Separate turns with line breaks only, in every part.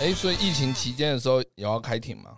哎，所以疫情期间的时候也要开庭吗？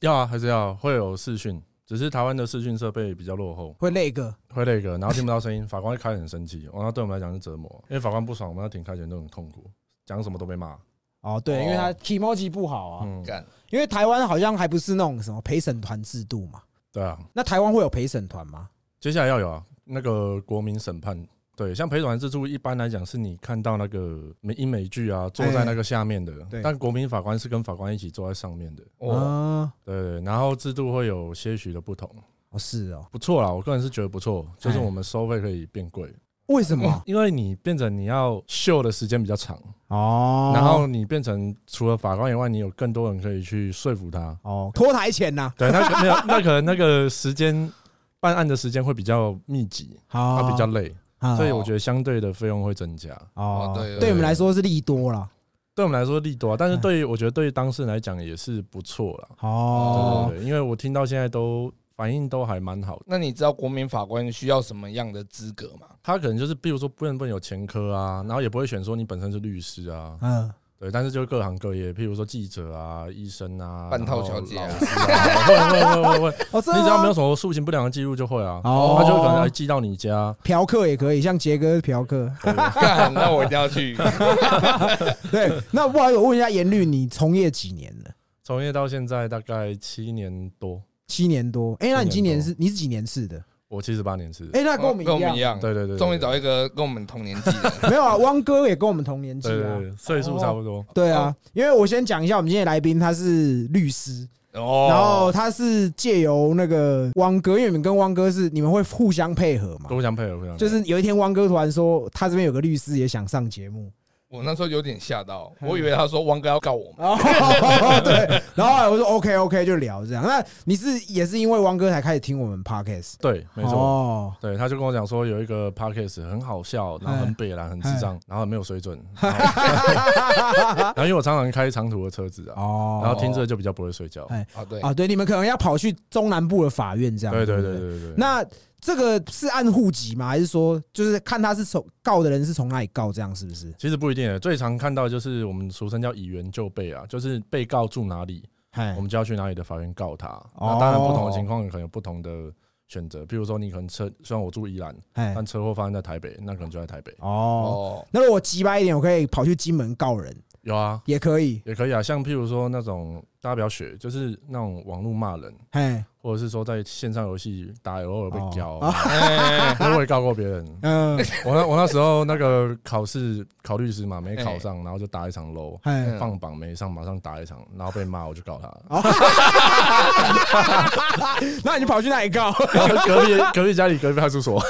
要啊，还是要会有视讯，只是台湾的视讯设备比较落后，
会那个
会那个，然后听不到声音，法官会开得很生气，哦那对我们来讲是折磨，因为法官不爽，我们要庭开前都很痛苦，讲什么都被骂。
哦，对，因为他 e m o j i 不好啊，
嗯，
干，
因为台湾好像还不是那种什么陪审团制度嘛。
对啊，
那台湾会有陪审团吗？
接下来要有啊，那个国民审判。对，像陪审团制度，一般来讲是你看到那个美英美剧啊，坐在那个下面的，
对
但国民法官是跟法官一起坐在上面的。
哦，
嗯，
对对，然后制度会有些许的不同，
哦是哦，
不错啦，我个人是觉得不错，就是
哎
我们收费可以变贵，
为什么？
哦因为你变成你要秀的时间比较长，
哦，
嗯然后你变成除了法官以外，你有更多人可以去说服他。
哦脱台前呐，
对，那可没有， 那可能那个时间办案的时间会比较密集，
好，
它比较累，
啊
所以我觉得相对的费用会增加。
哦，
哦
对
对我
对
们
对
来说是利多了。
对我们来说利多、啊，
嗯
但是对于我觉得对于当事人来讲也是不错啦。
哦
对，对对，因为我听到现在都反应都还蛮好的。
那你知道国民法官需要什么样的资格吗？
他可能就是，比如说不能不能有前科啊，然后也不会选说你本身是律师啊，
嗯，
对，但是就各行各业，譬如说记者啊、医生啊、
半套小姐啊
然 后老师啊，会会会会会，
哦，真
你
的
只要没有
吗？
什么诉行不良的记录就会啊，
哦
他就可能来寄到你家，
嫖客也可以，像杰哥是嫖 客。
干，那我一定要去。
对，那不好意思，我问一下严律，你从业几年了？
从业到现在大概七年多，
七年多。哎，那你
七
今年
年多哦
是你是几年次的？
我七十八年次，
哎，那 跟我们
跟我
一
们一
样。
样，
对对对，
终于
对
找一个跟我们同年纪的。
没有啊，汪哥也跟我们同年纪
对
啊
对。对，岁
哦
数差不多，
对啊，因为我先讲一下，我们今天的来宾他是律师，
哦，
然后他是借由那个汪哥，因为你们跟汪哥是你们会互相配合嘛，
都互相配合，互相配合
就是有一天汪哥突然说他这边有个律师也想上节目，
我那时候有点吓到，
嗯
我以为他说汪哥要告我们。
哦
然后 对，然后我说 OK OK 就聊这样。那你是也是因为汪哥才开始听我们 podcast，
对，没错。
哦，
对，他就跟我讲说有一个 podcast 很好笑，然后很北啦，很智障，然后很没有 水准。然后然后因为我常常开长途的车子啊，
哦，
然后听这个就比较不会睡觉。
哎
啊，对，
啊，对，你们可能要跑去中南部的法院这样，
对对
不
对对对。
那这个是按户籍吗？还是说就是看他是从告的人是从哪里告这样，是不是？
其实不一定，欸最常看到就是我们俗称叫以原就被啊，就是被告住哪里，
哎哦
我，们就要去哪里的法院告他。那当然不同的情况可能有不同的选择，譬如说你可能车，虽然我住宜兰，
哎，
但车祸发生在台北，那可能就在台北。
哦。
哦，
那如果我急白一点，我可以跑去金门告人，
有啊，
也可以。
也可以啊，像譬如说那种大家不要学，就是那种网络骂人。
哎，
或者是说在线上游戏打偶尔被
哦
教，
啊
哎
我也告过别人。
嗯，
我那我那时候那个考试考律师嘛，没考上，然后就打一场 low，
哎，
放榜没上，马上打一场，然后被骂，我就告他。
那你跑去哪里告？
然后隔壁隔壁家里隔壁派出所，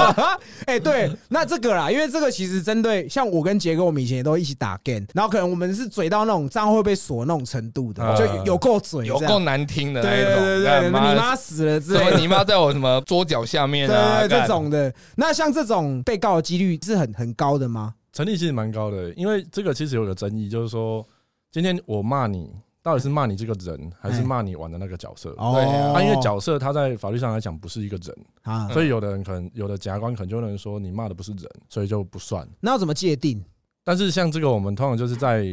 哎、对，那这个啦，因为这个其实针对像我跟杰哥，我们以前也都一起打 game，然后可能我们是嘴到那种账号会被锁那种程度的，
嗯
就有有够嘴，
有够。难听的
对
那一
对
种，
对对，
干
你
妈
妈死了之
什
类
么
的，
你妈在我什么桌脚下面啊，
对对对
干
这种的。那像这种被告的几率是很很高的吗？
成立其实蛮高的，因为这个其实有个争议，就是说今天我骂你，到底是骂你这个人，还是骂你玩的那个角色？
哦
啊
啊，因为角色他在法律上来讲不是一个人，
啊，
所以有的人可能有的检察官可能就能说你骂的不是人，所以就不算。
那要怎么界定？
但是像这个，我们通常就是在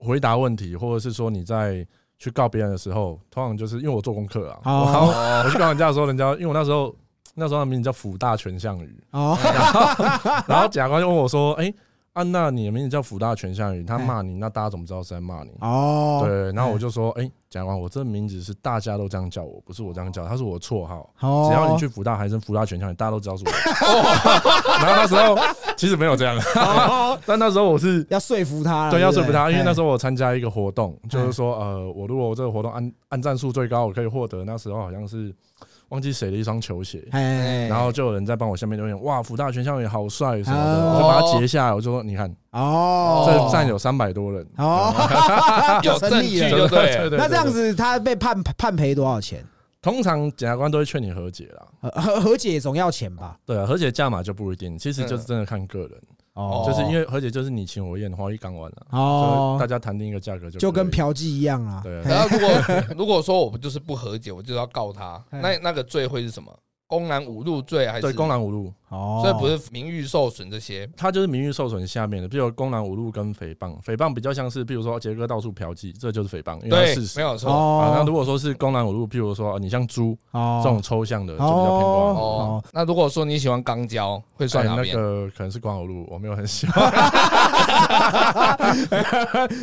回答问题，或者是说你在去告别人的时候，通常就是因为我做功课啊，
哦
然后我去告人家的时候，人家因为我那时候那时候的名字叫辅大全项 羽，
哦，
然后检察官就问我说：“哎、安娜，你的名字叫辅大全项羽，他骂你，那大家怎么知道是在骂你？”
哦，
对，然后我就说：“哎、检察官，我这名字是大家都这样叫我，不是我这样叫，他是我的绰号。”
哦，
只要你去福大还是福大全校，大家都知道是我。哦 然后那时候其实没有这样，但那时候我是
哦 要说服他啦，
对，
啊对，哎
要说服他，因为那时
候
候我参加一个活动，就是说，呃，我如果我这个活动按按战术最高，我可以获得那时候好像是忘记谁的一双球鞋，
哎，
然后就有人在帮我下面留言，哇，福大全校也好帅什么的，
哦
我就把它截下来，我就说，你看，
哦，
这站有三百多人，
哦，
有
成
证
立
据
了
哎就对了，
那这样，子他被判判赔多少钱？
通常检察官都会劝你和解啦，
和和和解总要钱吧？
对啊，和解价码就不一定，其实
嗯
就是真的看个人，
哦，
就是因为和解就是你情我愿，花一港湾啊，就
哦
大，家谈定一个价格就
就跟
可以
嫖妓一样啊。
对啊
嗯
然后如果如果说我不就是不和解，我就是要告他，那那个罪会是什么？公然侮辱罪还是
对，公，然侮辱，
哦
所以不是名誉受损这些。
它就是名誉受损下面的，比如公然侮辱跟诽谤，诽谤比较像是，比如说杰哥到处嫖妓，这就是诽谤，因为它
对
是事，实
没。有错。
啊，那
哦
如果说是公然侮辱，譬如说呃你像猪
哦
这种抽象的，就比较偏公然侮辱。
哦
哦，
那如果说你喜欢肛交，会算
哎
哪
那
边？
个可能是公然侮辱，我没有很喜欢。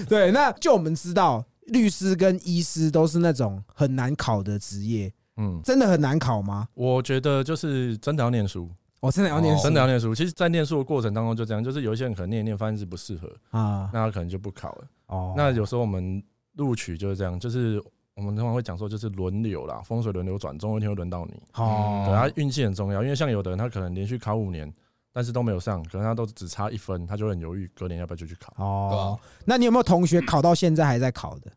对，那就我们知道，律师跟医师都是那种很难考的职业，
嗯，
真的很难考吗？
我觉得就是真的要念书，
我真的要念
哦
书
真的要念书。其实，在念书的过程当中就这样，就是有一些人可能念一念发现是不适合，
啊，
那他可能就不考了。
哦，
那有时候我们录取就是这样，就是我们通常会讲说，就是轮流啦，风水轮流转，总有一天会轮到你。对，啊
哦
他运气很重要，因为像有的人他可能连续考五年，但是都没有上，可能他都只差一分，他就会很犹豫，隔年要不要就去考。
哦，
啊
那你有没有同学考到现在还在考的？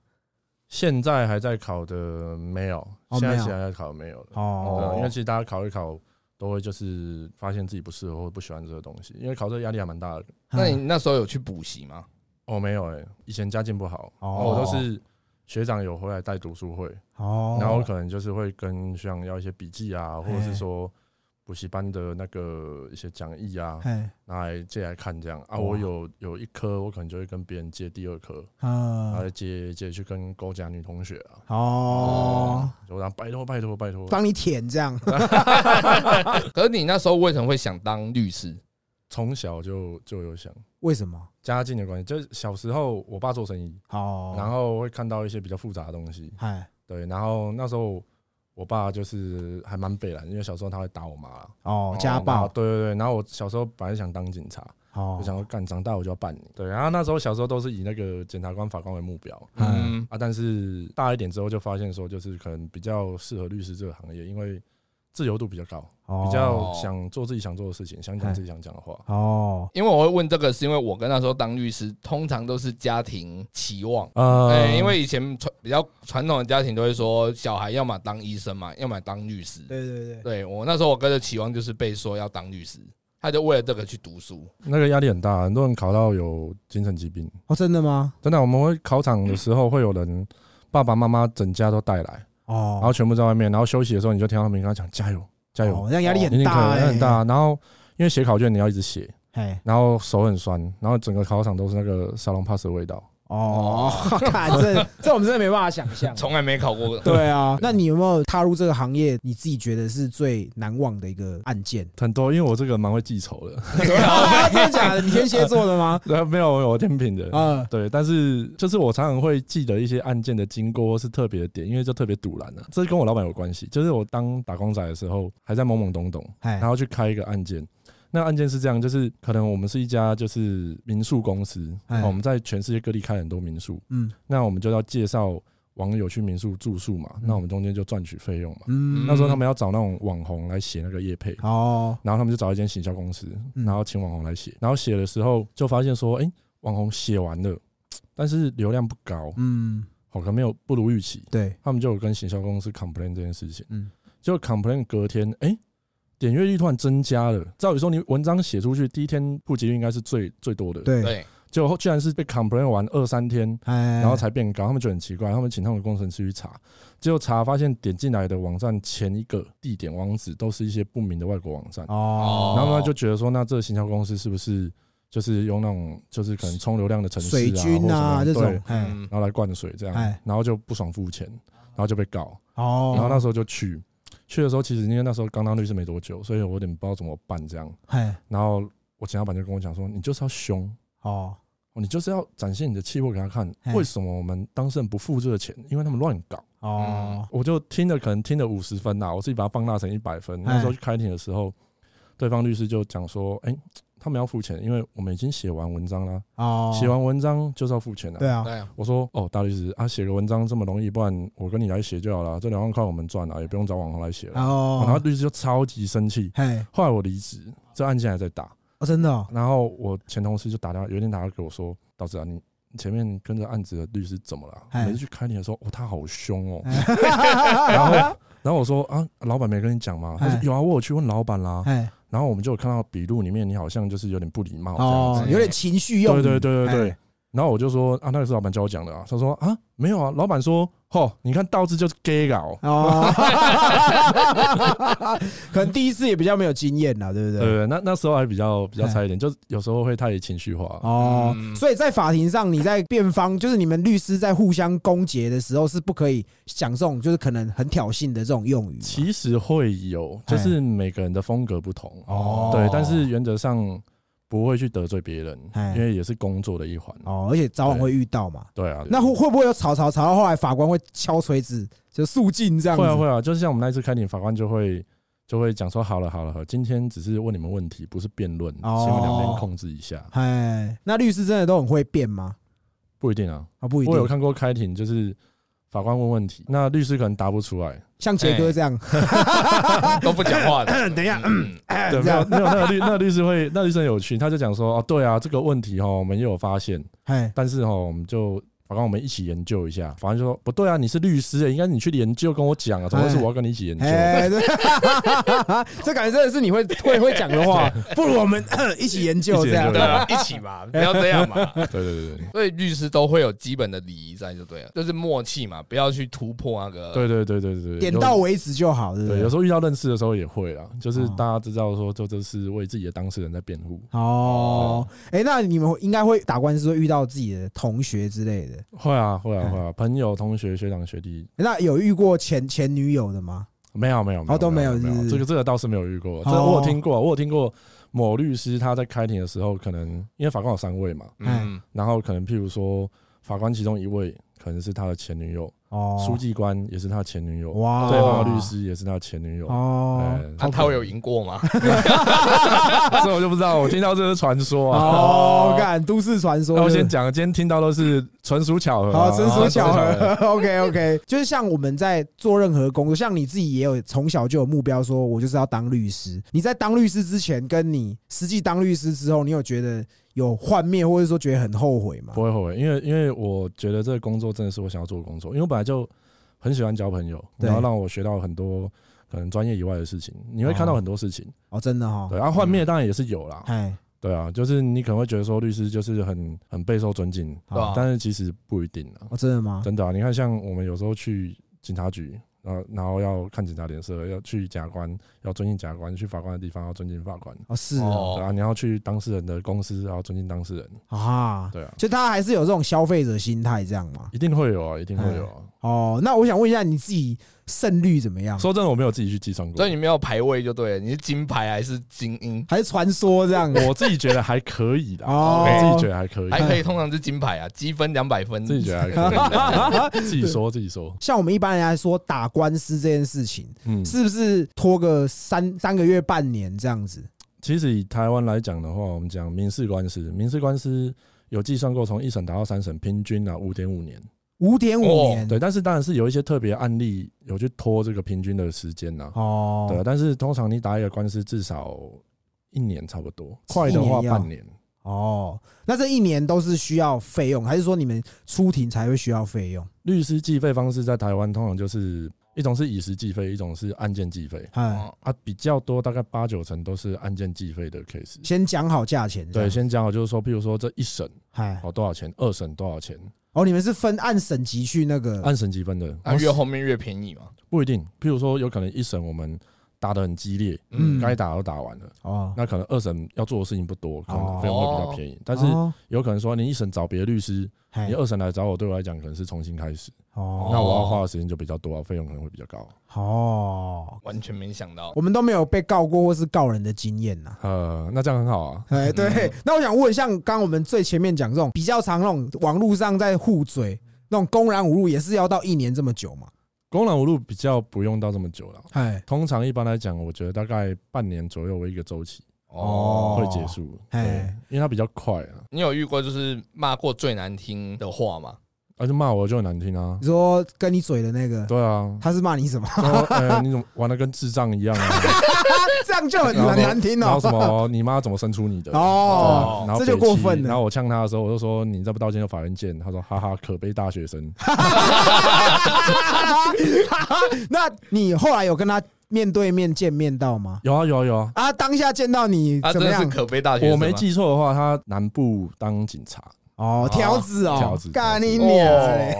现在还在考的没有，
哦
现在
没有
起来在考的没有了。对
哦
啊，因为其实大家考一考都会就是发现自己不适合或不喜欢这个东西，因为考这个压力还蛮大的。
嗯
那你那时候有去补习吗？
哦，没有哎、以前家境不好，
哦
我都是学长有回来带读书会，
哦，
然后可能就是会跟学长要一些笔记啊，或者
嘿
是说补习班的那个一些讲义啊，
嘿
拿来借来看这样啊。
哇
我有有一科，我可能就会跟别人借第二科，然后
啊
再借借去跟勾甲女同学啊，
哦，
我让拜托拜托拜托，
帮你舔这
哦
样
可是你那时候为什么会想当律师？
从小就就有想
为什么？
家境的关系，就是小时候我爸做生意，
哦，
然后会看到一些比较复杂的东西，
哎
对，然后那时候我爸就是还蛮北蓝，因为小时候他会打我妈啦。
哦家
啊，
暴
对对对，然后我小时候本来想当警察，
哦
我想说干，长大我就要办你。对，然后那时候小时候都是以那个检察官、法官为目标，
嗯
嗯，
啊，但是大一点之后就发现说，就是可能比较适合律师这个行业，因为自由度比较高，比较想做自己想做的事情，
哎
想讲自己想讲的话。
哦
因为我会问这个，是因为我跟那时候当律师，通常都是家庭期望。
嗯
呃
哎、因为以前传比较传统的家庭都会说，小孩要么当医生嘛，要么当律师。
对对对
对我那时候我哥的期望就是被说要当律师，他就为了这个去读书。
那个压力很大，很多人考到有精神疾病，
哦真的吗？
真的，我们会考场的时候会有人。爸爸妈妈整家都带来，然
哦
后全部在外面，然后休息的时候你就听到他们跟他讲加油加油，
哦，那压力
一
很
定可
大
以
欸，
很大。然后因为写考卷你要一直写，
哎
然后手很酸，然后整个考场都是那个沙龙 pass 的味道。
哦， 看这这我们真的没办法想 象。
从来没考过。
对啊，那你有没有踏入这个行业，你自己觉得是最难忘的一个案件？
很多，因为我这个蛮会记仇的，
真的假的？你天蝎座 的吗？
对啊，没有我天平的，
啊，
对，但是就是我常常会记得一些案件的经过或是特别的点，因为就特别堵然了、这跟我老板有关系，就是我当打工仔的时候还在懵懵懂懂，
哎
然，后去开一个案件。那案件是这样，就是可能我们是一家就是民宿公司，
哎
哦我们在全世界各地开很多民宿，
嗯
那我们就要介绍网友去民宿住宿嘛，
嗯
那我们中间就赚取费用嘛。
嗯
那时候他们要找那种网红来写那个业配，
哦，
然后他们就找一间行销公司，
嗯
然后请网红来写，然后写的时候就发现说，哎、网红写完了，但是流量不高，
嗯，
好像没有不如预期，
对，
他们就有跟行销公司 complain 这件事情，
嗯
结果 complain 隔天，哎、点阅率突然增加了，照理说你文章写出去第一天普及率应该是最最多的，，
对，
对，
结果居然是被 complain 完二三天，
哎，
然后才变高，他们觉得很奇怪，他们请他们的工程师去查，结果查发现点进来的网站前一个地点网址都是一些不明的外国网站，
哦，
然后他就觉得说，那这个行销公司是不是就是用那种就是可能冲流量的城市啊，
水军
啊
啊这
对
种，，哎，
嗯，
然后来灌水这样
哎，
然后就不爽付钱，然后就被告，
哦，
然后那时候就去。去的时候，其实因为那时候刚当律师没多久，所以我有点不知道怎么办这样。
哎，
然后我前老板就跟我讲说：“你就是要凶，
哦，
哦你就是要展现你的气魄给他看。
哎
为什么我们当事人不付这个钱？因为他们乱搞。
哦，
我就听了，可能听了五十分啦，我自己把它放大成一百分。
哎
那时候去开庭的时候，对方律师就讲说：“哎、他们要付钱，因为我们已经写完文章啦，
哦，
写完文章就是要付钱
对
的。
啊，
对啊，”
我说：“哦，大律师啊，写个文章这么容易，不然我跟你来写就好了，这两万块我们赚啊了，也不用找网红来写了。
哦，
然后律师就超级生气，
嘿，
后来我离职，这案件还在打。
哦，真的哦，
然后我前同事就打电话，有一天打电话给我说：“导致啊，你前面跟着案子的律师怎么了？
哎
每次去开庭的时候，哦，他好凶哦。”然
然
后，然后我说啊，老板没跟你讲吗？他说
哎
有啊，我有去问老板啦。
哎，
然后我们就有看到笔录里面，你好像就是有点不礼貌这
哦
样，子。
有点情绪用
对对
语，
对对对
哎。
然后我就说啊，那个是老板教我讲的啊。他说啊，没有啊，老板说嚯，你看道志就是 gay 搞，
哦，可能第一次也比较没有经验啦，对不
对
对？
对，那那时候还比较比较差一点，就是有时候会太情绪化。
哦，
嗯
所以在法庭上，你在辩方，就是你们律师在互相攻讦的时候，是不可以讲这种就是可能很挑衅的这种用语嘛。
其实会有，就是每个人的风格不同，
哦
对，但是原则上不会去得罪别人
哎，
因为也是工作的一环。
哦，而且早晚会遇到嘛。
对啊，
那会会不会有吵吵吵到后来法官会敲锤子，就肃静这样子？
会啊会啊，就是像我们那一次开庭，法官就会就会讲说，好了好了，好了今天只是问你们问题，不是辩论，
哦
请你们两边控制一下，
哎，那律师真的都很会变吗？
不一定啊。
啊，不一
我有
定，
看过开庭，就是法官问问题，那律师可能答不出来，
像杰哥这样。
都不讲话的。
等一下，
嗯
对，
这
没有
样
没有那个律那个律师会那律师很有趣，他就讲说，哦，对啊，这个问题哈，我们也有发现，
哎，
但是哈，我们就。法官，我们一起研究一下。法官就说：“不对啊，你是律师、欸，应该你去研究，跟我讲啊，怎么会是我要跟你一起研究？
哎，对 这感觉真的是你会会会讲的 话，不如我们呃一起研究这样
一起研。究
对啊，一起 嘛，不要这样嘛。
对对对对
所以律师都会有基本的礼仪在，就对了，就是默契嘛，不要去突破那个。
对对对对对，
点
有
到为止就好，对不
对，
对啊
有？时候遇到认识的时候也会啦，就是
哦
大家知道说，这这是为自己的当事人在辩护。
哦，哎，那你们应该会打官司，会遇到自己的同学之类的。
会啊，会啊，
嗯
会啊，朋友、同学、学长、学弟，
那有遇过前前女友的吗？
没有，没有，没有
哦都没有
没有，
是不
没
是
有这个这个倒是没有遇过，
哦
这个我有听过，我有听过某律师他在开庭的时候，可能因为法官有三位嘛，
哎
嗯，
然后可能譬如说法官其中一位可能是他的前女友，
哦，
书记官也是他的前女友，
哇，
对方的律师也是他的前女友。
哦
哎
那他会有 赢过 吗？
这我就不知道，我听到这是传说啊。
哦，干都市传说。
那我
是不是
先讲，今天听到都是纯属巧合啊，
好，纯属巧
纯属
合。OK OK，就是像我们在做任何工作，像你自己也有从小就有目标，说我就是要当律师。你在当律师之前，跟你实际当律师之后，你有觉得有幻灭，或者说觉得很后悔吗
不？会后悔，因为因为我觉得这个工作真的是我想要做的工作，因为我本来就很喜欢交朋友，
对
然后让我学到很多可能专业以外的事情，你会看到很多事情。
哦，真的哈、
对，然后幻灭当然也是有啦，
哎，
对啊，就是你可能会觉得说律师就是很很备受尊敬，
对吧？
但是其实不一定啊，
哦，真的吗？
真的啊。你看，像我们有时候去警察局。然后，然后要看警察脸色，要去检察官，要尊敬检察官；去法官的地方要尊敬法官。
哦，是哦，
对啊，你要去当事人的公司，然后尊敬当事人。
啊，
对啊，
就他还是有这种消费者心态这样嘛？
一定会有啊，一定会有啊。
哦，那我想问一下你自己胜率怎么样？
说真的，我没有自己去计算过
所以，你没有排位就对了，你是金牌还是精英？
还是传说这样？
我自己觉得还可以的，
哦
我自己觉得还可以，
还可以，通常是金牌啊，积分两百分。
自己觉得 还可以，自己说自己说，
像我们一般人来说，打官司这件事情，
嗯，
是不是拖个三三个月、半年这样子？
其实以台湾来讲的话，我们讲民事官司，民事官司有计算过，从一审打到三审，平均啊五点五年，
五点五
哦
年，
对，但是当然是有一些特别案例有去拖这个平均的时间呐，对啊
哦，，
但是通常你打一个官司至少一年差不多，快的话
一年要
半年，
哦，那这一年都是需要费用，还是说你们出庭才会需要费用？
律师计费方式在台湾通常就是一种是以时计费，一种是按件计费。
哎，
哦
啊，比较多，大概八九成都是案件计费的 case。
先讲好价钱，
对，，先讲好，就是说，譬如说这一审哦
哎，
好多少钱，二审多少钱，
哦，你们是分按省级去那个，
按审积分的哦
那啊越后面越便宜嘛。
不一定。譬如说，有可能一审我们打得很激烈，
嗯
该打都打完了，
哦，
那可能二审要做的事情不多，可
哦
能费用会比较便宜。但是
哦，
有可能说，你一审找别的律师，
哎
你，二审来找我，对我来讲可能是重新开始，
哦，
那我要花的时间就比较多，费用可能会比较高。
哦，
完全没想到，
我们都没有被告过或是告人的经验呐。
呃，那这样很好啊。
哎，对，那我想问，像刚刚我们最前面讲这种比较常那种网络上在互嘴那种公然侮辱，也是要到一年这么久嘛？
公然无路比较不用到这么久了，
哎，
通常一般来讲，我觉得大概半年左右为一个周期
哦
会结束，对
哎，
因为它比较快啊，
你有遇过就是骂过最难听的话吗？
而且骂我就很难听啊
你，说跟你嘴的那个，
对啊，
他是骂你什 么？
说哎你怎么玩的跟智障一样 啊，
这样就很很难听
然后
哦。
什么你妈怎么生出你的
哦，
对然后
这就
北七
过分了
然后我呛他的时候，我就说你再不道歉就法院见，他说哈哈可悲大学生， 哦
那你后来有跟他面对面见面到吗？
有啊有啊有啊，
啊，当下见到你
他
怎
真
么
的是
样？
可悲大学生吗
我没记错的话，他南部当警察，
哦，条子
条
哦
子，
干
条
你
子
娘
哦
嘞！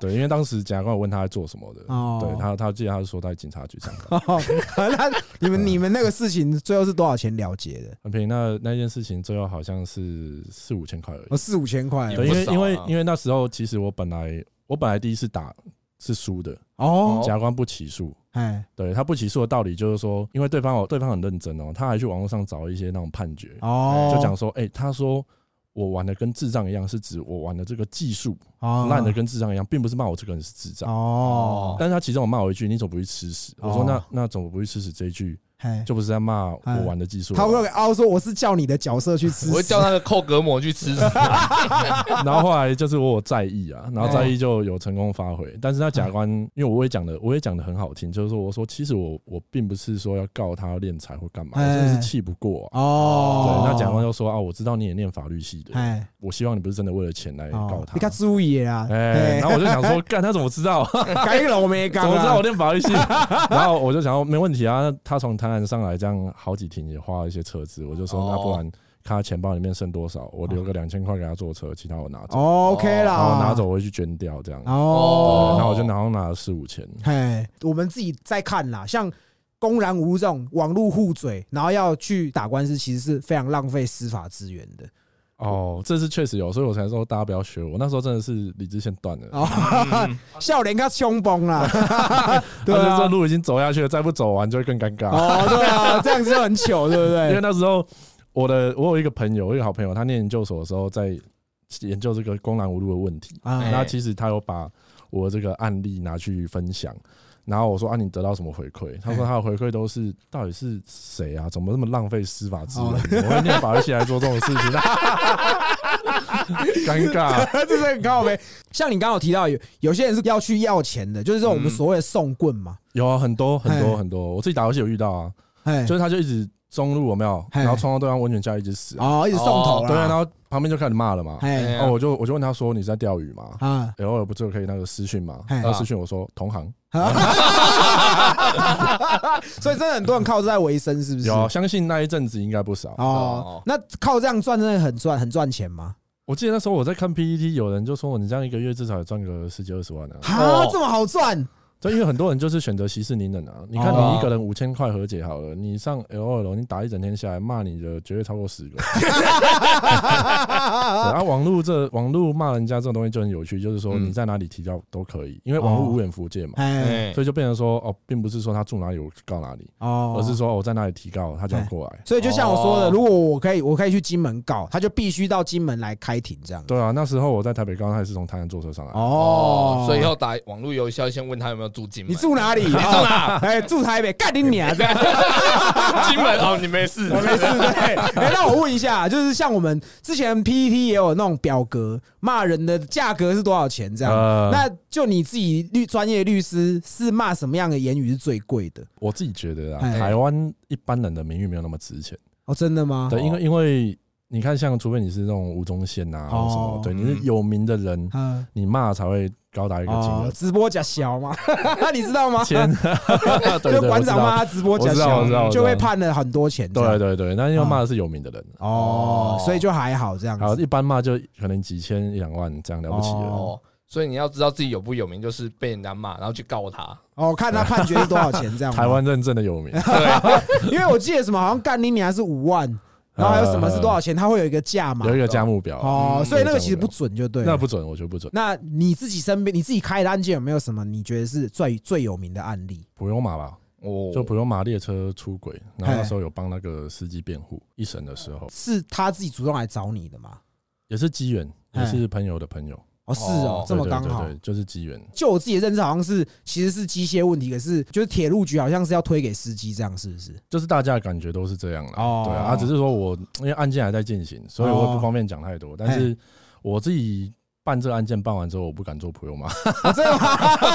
对，因为当时检察官有问他在做什么的，
哦
对他，他记得他是说他在警察局上班，
哦，那你们你们那个事情最后是多少钱了结的？
很便宜。那那件事情最后好像是四五千块而已
哦，。四五千块
也
对，
不
因为
少
因为
啊
因为那时候其实我本来我本来第一次打是输的，
哦
哦，
检察官不起诉。
哎，
对他不起诉的道理就是说，因为对方哦，对方很认真哦，他还去网络上找一些那种判决，
哦，
就讲说，哎，他说我玩的跟智障一样，是指我玩的这个技术
讲
烂的跟智障一样，并不是骂我这个人是智障。
哦，
但是他其中有骂我一句，你怎么不去吃屎？我说
哦
那那怎么不去吃屎这一句，
哎，
就不是在骂我玩的技术了。
他会凹说我是叫你的角色去吃
我会
屎
叫他的寇格魔去吃屎。
然后后来就是我有在意啊，然后在意就有成功发
嗯
挥，但是那检察官，因为我也讲的，我也讲的很好听，就是说我说其实我我并不是说要告他敛财或干嘛，我
哎
真的是气不过啊、对，
哦，
那检察官就说啊，我知道你也念法律系的，
哎，
我希望你不是真的为了钱来
哦
告他
你。看注意啦，
哎，
哎
然，后我就想说，干他怎么知 道？
改了我们也
怎
改
么知道我
了，
念法律系？然后我就想说，没问题啊。那他从台南上来，这样好几天也花了一些车资，我就说，
哦
那不然看他钱包里面剩多少，我留个两千块给他坐车，其他我拿走。
哦 OK 啦，
然后拿走，我会去捐掉这样。对
哦，
然后我就拿好像拿了四五千，
嘿，我们自己在看啦，像公然无这种网络互嘴，然后要去打官司，其实是非常浪费司法资源的。
哦，这是确实有，所以我才说大家不要学我。那时候真的是理智线断了，
哦，笑脸他凶崩啦， 对
但是这
啊，
路已经走下去了，再不走完就会更尴尬。
哦，哎对啊，这样子就很糗，对不
因为
对？
那时候我的我有一个朋友，我有一个好朋友，他念研究所的时候在研究这个公然无路的问题，
啊
哎
那其实他有把我这个案例拿去分享。然后我说啊，你得到什么回馈？他说
哎
他的回馈都是到底是谁啊？怎么那么浪费司法资源？
哦
我会念法律系来做这种事情， 尴尬。 啊
这是很靠呗。像你刚刚有提到有有些人是要去要钱的，就是这种
嗯
我们所谓的送棍嘛。
有啊，很多很多
嘿
很多，我自己打游戏有遇到啊，
哎
就，是他就一直中路有没有，
嘿
然后冲到对方温泉家一直死啊，
哦，一直送头
对啊，然
啦。
后旁边就开始骂了嘛，
哎
哎
哦，我就我就问他说你是在钓鱼吗？哎
啊，
偶尔不就可以那个私讯嘛，
嘿
他私讯我说同行，
所以真的很多人靠这在为生，是不是？
有啊相信那一阵子应该不少。
哦，那靠这样赚真的很赚，很赚钱吗？
我记得那时候我在看 PPT，有人就说你这样一个月至少也赚个十几二十万啊，
哈，这么好 赚？
对，因为很多人就是选择息事宁人啊。你看
哦
你一个人五千块和解好了，你上 L 二楼，你打一整天下来，骂你的绝对超过十 个。
哦
对啊，网络这网络骂人家这种东西就很有趣，就是说
嗯
你在哪里提到都可以，因为网络无远弗届嘛，
哎，
哎
所以就变成说哦，并不是说他住哪里我告哪里，
哦，哎
而是说我在哪里提告他就要过来。
所以就像我说的，
哦
如果我可以，我可以去金门告，他就必须到金门来开庭这样。
对啊，那时候我在台北告，他也是从台南坐车上来。
哦
哦，，
所以以后打网络游戏要先问他有没有住金门。
你住哪里？你住哪？哎，住台北，干你娘！ 这样
金门 哦，你没事，
我没事。对， 哎，那我问一下，就是像我们之前 PPT 也有那种表格，骂人的价格是多少钱这样？
呃
那就你自己律专业律师是骂什么样的言语是最贵的？
我自己觉得啊，
哎
台湾一般人的名誉没有那么值钱。
哦，真的吗？
对，因为因为你看，像除非你是那种吴宗宪呐，或者什
哦
么，对，你是有名的人，
嗯，
你骂才会高达一个金
哦
额，。
直播假小嘛， 你知 道吗？
钱，对
哦就
对，我
馆长
知道
骂他直播假
我知道我知道
小，
我知
就
道
会判了很多钱这样。
对对对，那因为
嗯
骂的是有名的人，
哦
哦，
所以就还好这样
然后
子。
一般骂就可能几千一两万这样了不起了。
哦，所以你要知道自己有不有名，就是被人家骂，然后去告他。
哦，看他判决是多少钱这样。
台，湾认证的有名，
对，
因为我记得什么好像干你娘是五万， 然后还有什么是多少钱，它会有一个价嘛
呃有。一个加目标，
哦，
嗯
所以那个其实不准就对了。
那不准，我觉得不准，
那你自己身边你自己开的案件有没有什么你觉得是最最有名的案例？
普悠玛吧，
哦
就普悠玛列车出轨，然后那时候有帮那个司机辩护，一审的时候
是他自己主动来找你的吗？
也是机缘，
哎
也是朋友的朋友，
哦，是哦
哦，
这么
对对
刚
对
好。
对就是机缘，
就我自己的认知，好像是其实是机械问题，可是就是铁路局好像是要推给司机这样，是不是？
就是大家的感觉都是这样啦。
哦
对啊，只是说我因为案件还在进行，所以我也不方便讲太多。但
哦
是我自己办这个案件办完之后，我不敢做普悠 玛，
哦，真的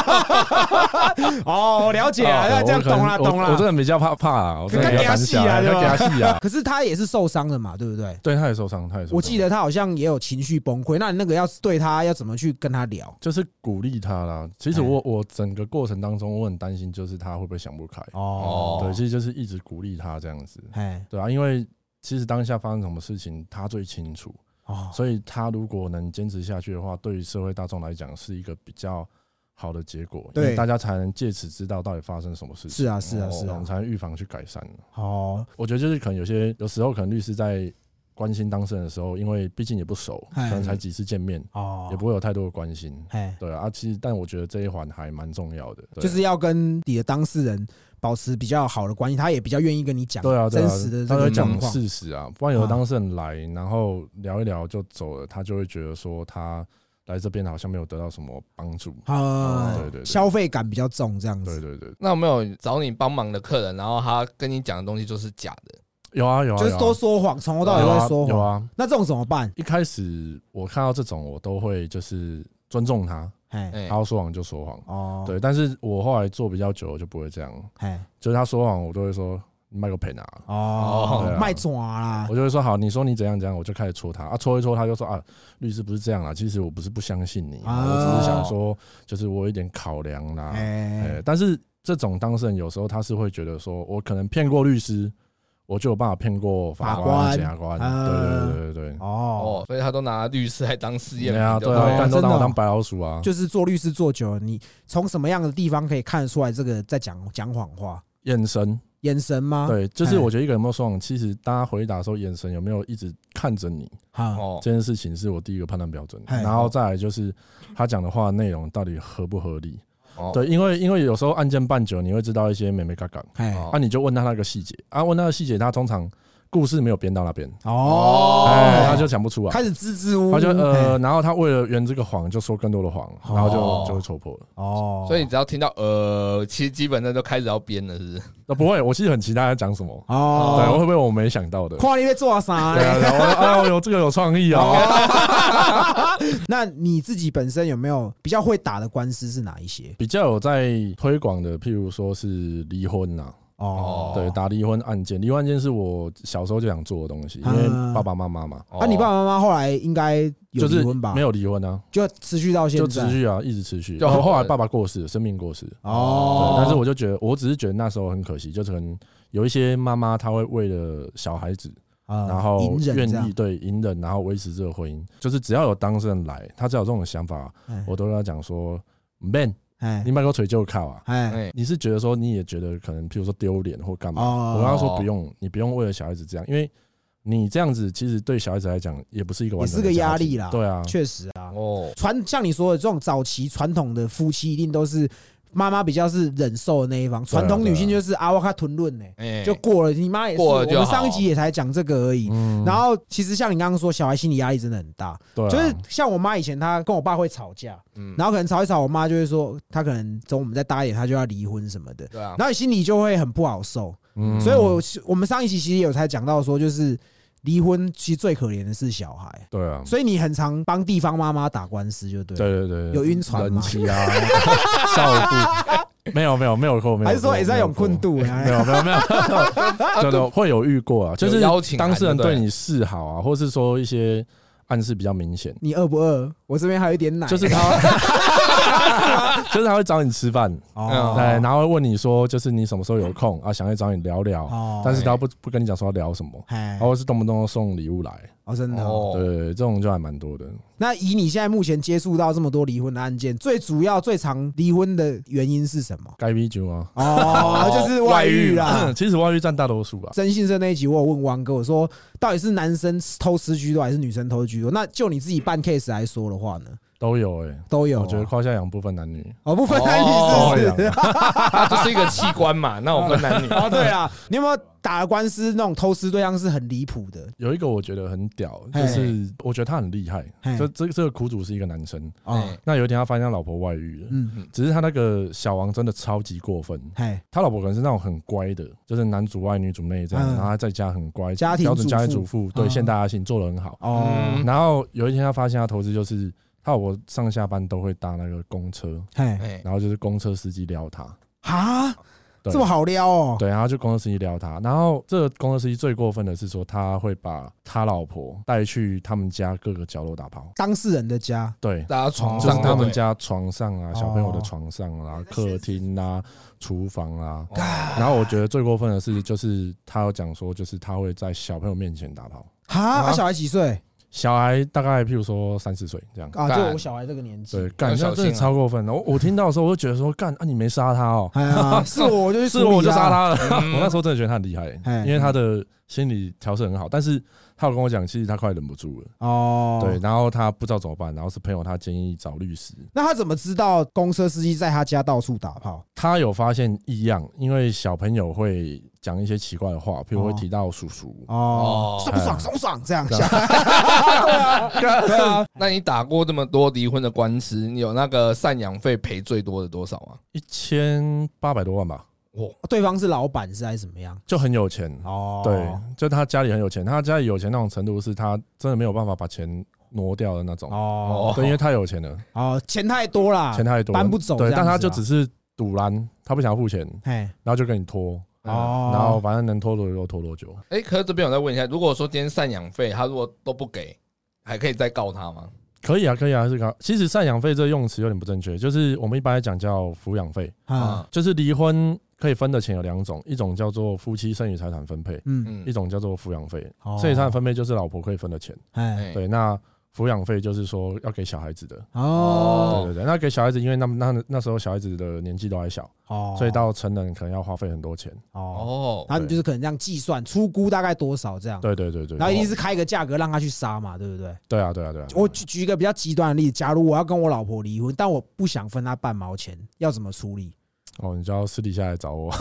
吗？哦，了解了，那
我
这样
可能
懂了，
我
懂了。
我真的比较怕怕啊，我真的比
跟
较
他
胆
戏
小
啊，对
要
吧
给他戏啊。
可是他也是受伤的嘛，对不对？
对，他也受伤，他也受伤。
我记得他好像也有情绪崩溃，那你那个要是对他要怎么去跟他聊？
就是鼓励他啦。其实
哎
我我整个过程当中，我很担心，就是他会不会想不开。
哦
对，其实就是一直鼓励他这样子，
哎，
对啊，因为其实当下发生什么事情，他最清楚。
哦，
所以他如果能坚持下去的话，对于社会大众来讲是一个比较好的结果，因为
对
大家才能借此知道到底发生什么事情。
是啊是啊
哦
是啊
我们才能预防去改善。
好，
我觉得就是可能有些有时候可能律师在关心当事人的时候，因为毕竟也不熟，
哎
可能才几次见面，
哦，
也不会有太多的关心。
哎，
对啊，啊其实但我觉得这一环还蛮重要的，对
就是要跟你的当事人保持比较好的关系，他也比较愿意跟你讲
对啊，对
真
啊
实的这
他会
个状
讲
况。
事实啊，不然有的
啊
当事人来，然后聊一聊就走了，他就会觉得说他来这边好像没有得到什么帮助。
啊
哦对对对
消费感比较重这样
对
子，
对对，
那有没有找你帮忙的客人，然后他跟你讲的东西就是假的？
有啊有啊，
就是
有啊
都说谎，从头到尾
有
都
啊
在说
有
谎。
啊，
那这种怎么办？
一开始我看到这种，我都会就是尊重他，
哎，
哎
他要说谎就说谎。
哦，
对，但是我后来做比较久，我就不会这样。
哎，
就是他说谎，我都会说你卖个陪拿，
哦
哦
对，啊
卖爪啦，
我就会说好，你说你怎样怎样，我就开始戳他啊，戳一戳他就说啊，律师不是这样啦，其实我不是不相信你，
啊
我只是想说，就是我有一点考量啦。
哎
哎，，但是这种当事人有时候他是会觉得说，我可能骗过律师，我就有办法骗过法
法
官、
官
检察官，
啊
对对对对对。
哦
哦，，所以他都拿律师来当试验
对啊，
品，
对
不
啊，
哦
干都
真的
当我
哦
当白老鼠啊！
就是做律师做久了，你从什么样的地方可以看得出来这个在讲讲谎话？
眼神，
眼神吗？，
对，就是
哎
我觉得一个人有没有说谎，其实大家回答的时候眼神有没有一直看着你，
哈，
哦，
这件事情是我第一个判断标准。
哎
然后再来就是他讲的话内容到底合不合理？
哦，
对，因为因为有时候案件办久，你会知道一些美美嘎嘎，
哎，
哦
啊，你就问他那个细节，啊，问那个细节，他通常故事没有编到那边，
哦，
哎，他就想不出来
开。始支支吾吾，
他就呃，
嘿，
然后他为了圆这个谎，就说更多的谎，然后
哦
就就会戳破了。
哦，
所以只要听到呃，其实基本上就开始要编了，是不是？
那不会，我其实很期待他讲什么，对，
哦，
我会不会我没想到的？
跨你被做啥
对
呢？
啊，然后我哎呦，有这个有创意哦。
那你自己本身有没有比较会打的官司是哪一些？
比较有在推广的，譬如说是离婚呐、
哦，
对，打离婚案件，离婚案件是我小时候就想做的东西，因为
啊
爸爸妈妈嘛，
那你
哦
爸爸妈妈后来应该有
就是
离婚吧？
没，有离婚啊，
就持续到现
就
在，
持续啊，一直持续。
就
然后后来
很
爸爸过世了，生病过世，
哦
对，，但是我就觉得，我只是觉得那时候很可惜，就可能有一些妈妈她会为了小孩子，
啊
然后
隐忍
愿
这样
意对隐忍，然后维持这个婚姻，就是只要有当事人来，他只要有这种想法，
哎
我都跟他讲说，man，
哎
你买个锤就靠啊。
哎
哎，
你是觉得说你也觉得可能，譬如说丢脸或干嘛？
哦
我跟他说不用，你不用为了小孩子这样，因为你这样子其实对小孩子来讲也不是一个完整的
也是个压
家庭
力啦
对啊，
确实啊，
哦，
传像你说的这种早期传统的夫妻，一定都是妈妈比较是忍受的那一方，
对啊
传统女性就是阿瓦卡吞论呢，
哎，
就过了，你妈也是。
过
我
了就好
们上一集也才讲这个而已。
嗯
然后其实像你刚刚说，小孩心理压力真的很大，
对啊，
就是像我妈以前她跟我爸会吵架，
嗯，
然后可能吵一吵，我妈就会说她可能等我们再大一点，她就要离婚什么的，
对啊
然，后你心里就会很不好受。
嗯
所以我我们上一期其实有才讲到说，就是离婚其实最可怜的是小孩，
对啊，
所以你很常帮地方妈妈打官司，就对
对
了。
对对，
有晕船吗
人妻啊，照顾， 没有没有没有过，没有过，
还是说也在有困度？
没
哎
有过。没有没有没有， 真的会有遇过啊，就
有
是
邀请函
当事人
对不对
对你示好啊，或是说一些暗示比较明显，
你饿不饿？我这边还有一点奶。
就是他， 就是他会找你吃饭，
哦，
哎，然后会问你说，就是你什么时候有空啊？想要找你聊聊，
哦，
但是他不不跟你讲说要聊什么，
哎，
或是动不动就送礼物来，
哦，真的哦。
对
哦，
对，对这种就还蛮多的。
那以你现在目前接触到这么多离婚的案件，最主要、最常离婚的原因是什么？
该 B 酒啊，
哦，就是外遇啊 啦。
其实外遇占大多数吧，
征信社那一集，我有问汪哥，我说到底是男生偷吃居多还是女生偷居多？那就你自己办 case 来说的话呢，
都有哎。
都有啊。
我觉得胯下养不分男女，
哦，不分男女是不是？
它就是一个器官 嘛，那我分男 女。
哦，对啊，你有没有打了官司那种偷吃对象是很离谱的？
有一个我觉得很屌，
嘿
就是我觉得他很厉害
嘿。
这这这个苦主是一个男生，
哦，
哎
那有一天他发现他老婆外遇了，
嗯，
只是他那个小王真的超级过分。
嘿，
他老婆可能是那种很乖的，就是男主外女主内这样，
嗯
然后他在家很乖，
家庭
标准
主
家庭
妇
主妇，对
嗯
现代家庭做的很好。
哦，
嗯
然后有一天他发现他投资就是他老婆上下班都会搭那个公车，
嘿，
哎，
然后就是公车司机撩他，
哈，
对
这么好撩哦？
对，然后就公车司机撩他，然后这个公车司机最过分的是说他会把他老婆带去他们家各个角落打炮，
当事人的家
对，
大家床
就是
上
他们
哦对
家床上啊，
哦
小朋友的床上啊，客厅啊，厨房啊。
不对，哦
然后我觉得最过分的是，就是他有讲说，就是他会在小朋友面前打炮，
哈，啊小孩几岁？
小孩大概譬如说三四岁这样，
啊，
干
就我小孩这个年纪，
对，干
要
这
小
真的
心啊
超过分的。我我听到的时候，我就觉得说，干啊，你没杀他哦，
哎呀，是我我就去处
是
理啊
我就杀，他了。
嗯
我那时候真的觉得他很厉害
哎，
因为他的心理调试很好，但是他有跟我讲，其实他快忍不住了，
哦，
对，，然后他不知道怎么办，然后是朋友他建议找律师，
那他怎么知道公车司机在他家到处打炮？
他有发现异样，因为小朋友会讲一些奇怪的话，譬如会提到叔叔，
哦
哦，
爽不爽？爽不爽？这样
这
想
样，
对啊，
那你打过这么多离婚的官司，你有那个赡养费赔最多的多少啊？
一千八百多万吧，
对方是老板是还是怎么样？
就很有钱。
哦，
对，就他家里很有钱，他家里有钱那种程度是他真的没有办法把钱挪掉的那种。
哦
对，因为太有钱了，
哦，钱太多啦，
钱太多了，
搬不走这
对，
样子啊
但他就只是赌蓝，他不想要付钱，
哎，
然后就跟你拖，
哦，
哦，
然后反正能拖多久就拖多久。
哎、可是这边我再问一下，如果说今天赡养费他如果都不给，还可以再告他吗？
可以啊，可以啊，还是可以啊。其实赡养费这用词有点不正确，就是我们一般来讲叫抚养费，
啊，
就是离婚可以分的钱有两种，一种叫做夫妻剩余财产分配，
嗯，
嗯
一，种叫做抚养费。
哦
剩余财产分配就是老婆可以分的钱，
哎，
哎，
对，那抚养费就是说要给小孩子的。
哦
对对对，那给小孩子，因为那那那时候小孩子的年纪都还小，
哦，
所以到成人可能要花费很多钱。
哦，
哦，
然后你就是可能这样计算出估大概多少这样，
对对对对，
然后一定是开一个价格让他去杀嘛，对不对？
对啊对啊对啊。
我举举一个比较极端的例子，假如我要跟我老婆离婚，但我不想分她半毛钱，要怎么处理？
哦，你就要私底下来找我。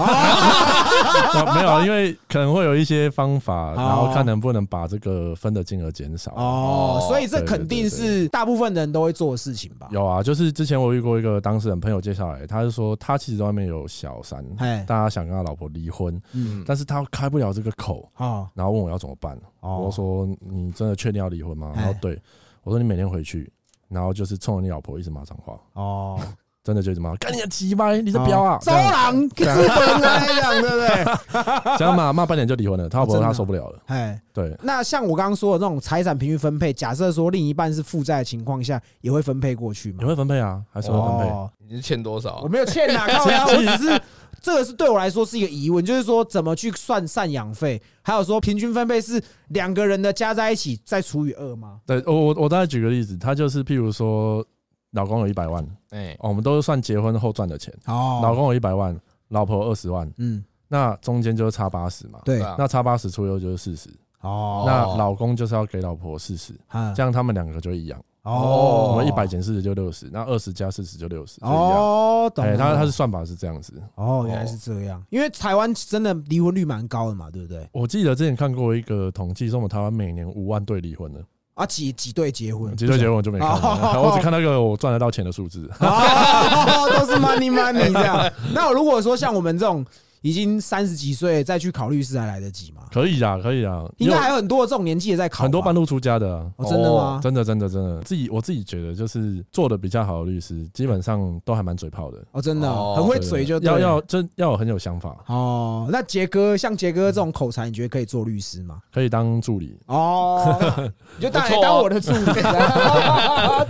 没有，因为可能会有一些方法，然后看能不能把这个分的金额减少。
哦，
哦
所以这
对
肯定
对对
是大部分人都会做的事情吧？
有啊，就是之前我遇过一个当事人朋友介绍来，他是说他其实在外面有小三，
哎，
大家想跟他老婆离婚，
嗯，
但是他开不了这个口，
哦
然后问我要怎么办。我
哦，
说你真的确定要离婚吗？
哎
然后对我说你每天回去，然后就是冲着你老婆一直骂脏话，
哦，
真的就一直骂，干你个鸡掰，你这彪啊，这
招
样
狼，给资本来讲，对不 对？
这样骂骂半点就离婚了，他老婆
真的
他
啊
受不了了，
哎，
对。
那像我刚刚说的那种财产平均分配，假设说另一半是负债的情况下，也会分配过去
你
吗？
会分配啊，还是会分配？
哦
你是欠多少
我
啊？
没有欠啊，靠呀，我只是这个是对我来说是一个疑问，就是说怎么去算赡养费，还有说平均分配是两个人的加在一起再除以二吗？
对我我我大概举个例子，他就是譬如说，老公有一百万、
哎，
哦，我们都是算结婚后赚的钱，
哦
老公有一百万，老婆二十万，
嗯，
那中间就是差八十嘛，
对
对，啊
那差八十出右就是四十，
哦
那老公就是要给老婆四十，
那
这样他们两个就一样。
哦
我们一百减四十就六十，那二十加四十就六十，就一样。
哦，懂
哎，
了，
他他是算法是这样子。
哦，原来是这样，因为台湾真的离婚率蛮高的嘛，对不对？
我记得之前看过一个统计，说我们台湾每年五万对离婚的，
啊，几几对结婚，
其实结果我就没看了，
哦
我只看那个我赚得到钱的数字。
哦，都是 money money 这样。那如果说像我们这种已经三十几岁再去考律师，还来得及吗？
可以啊，可以啊，
应
因
该
为
还有很多这种年纪也在考吧，
很多半路出家的啊。
哦，真的吗？
真的，真的，真的，自己我自己觉得，就是做的比较好的律师，基本上都还蛮嘴炮的，
哦，真的哦
哦
很会
对对
嘴就对
要
了
要真要有很有想法，
哦。那杰哥像杰哥这种口才，你觉得可以做律师吗？
可以当助理。
哦，你就当
啊
不错哦
当我的助理，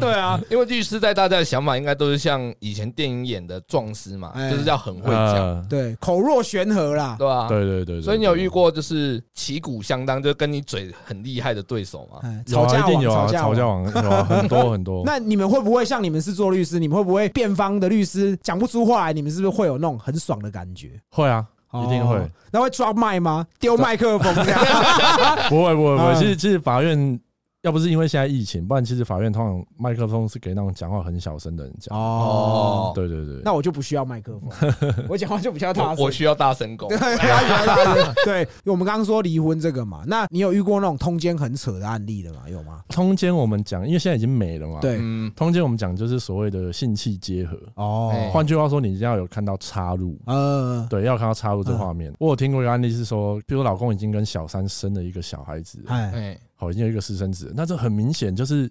对啊，
因为律师在大家的想法应该都是像以前电影演的壮士嘛，
哎
就是要很会讲，
呃
对，口若悬河啦。
对吧？
啊对对对对，
所以你有遇
对
过就是旗鼓相当，就跟你嘴很厉害的对手吗？
哎
有
吵
啊，
架
一定
网，
有啊，吵架
网。
网有 啊，很多很多。
那你们会不会像你们是做律师，你们会不会辩方的律师讲不出话来，你们是不是会有那种很爽的感觉？
会啊，一定会
哦。那会抓麦吗？丢麦克风 这样？
不会不会不
啊
会，其实其实法院要不是因为现在疫情，不然其实法院通常麦克风是给那种讲话很小声的人讲。
哦，
对对对，
那我就不需要麦克 风，我讲话就比较大
我
声
我。需要大
哦
神功
对，，对，我们刚刚说离婚这个嘛，那你有遇过那种通奸很扯的案例的吗？有吗？
通奸我们讲，因为现在已经没了嘛。，
对，
嗯，
通奸我们讲就是所谓的性器结合，
哎
哦，
换句话说，你一定要有看到插入。
呃，
对，要有看到插入这画面。我有听过一个案例是说，比如老公已经跟小三生了一个小孩子，
哎，
哎，
好，已经有一个私生子了，那这很明显就是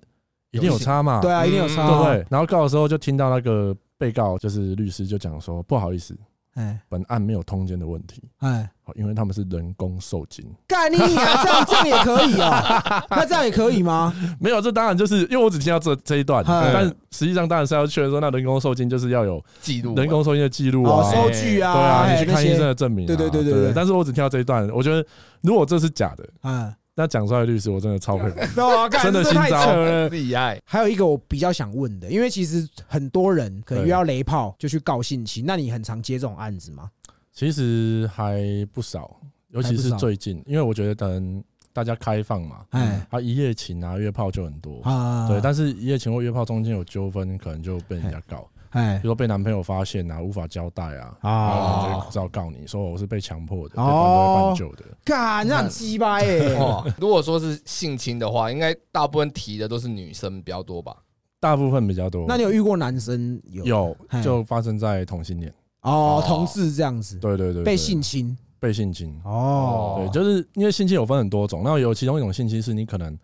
一定有
有性
差嘛。
对啊，一定有
嗯
差，
对不对？然后告的时候就听到那个被告就是律师就讲说，不好意思，
哎
本案没有通奸的问题，
哎，
好因为他们是人工受精。
干你娘，这样这样也 可以啊？那这样也可以吗？
没有，这当然就是因为我只听到这这一段，
嗯
但实际上当然是要确认说，那人工受精就是要有
记录
人工受精的记录
哦
啊，，
收据啊，
对啊，
哎
你去看医生，的证明啊，
对对对对对
但是我只听到这一段，我觉得如果这是假的，
那些嗯，
那讲出来的律师我真的超佩服。
对啊， 干
真的
这
心
太扯
糟
了。
厉害，
还有一个我比较想问的，因为其实很多人可能
对
遇到雷炮就去告性侵，那你很常接这种案子吗？
其实还不少，尤其
还不
是
少
最近，因为我觉得等大家开放嘛，
哎
啊一夜情啊约炮就很多，
啊，
对，但是一夜情或约炮中间有纠纷，可能就被人家告，
哎
比如说被男朋友发现啊，无法交代啊，然后可能
啊
就，只好告你说我是被强迫的，对
哦
方都会搬救的。
干那很鸡巴耶！
哦，如果说是性侵的话，应该大部分提的都是女生比较多吧？
大部分比较多。
那你有遇过男生有哎
有
嘿
就发生在同性恋，
哦
哦
同志这样子
对对对对
被性侵
被性侵，
哦，
对，就是因为性侵有分很多种，那有其中一种性侵是你可能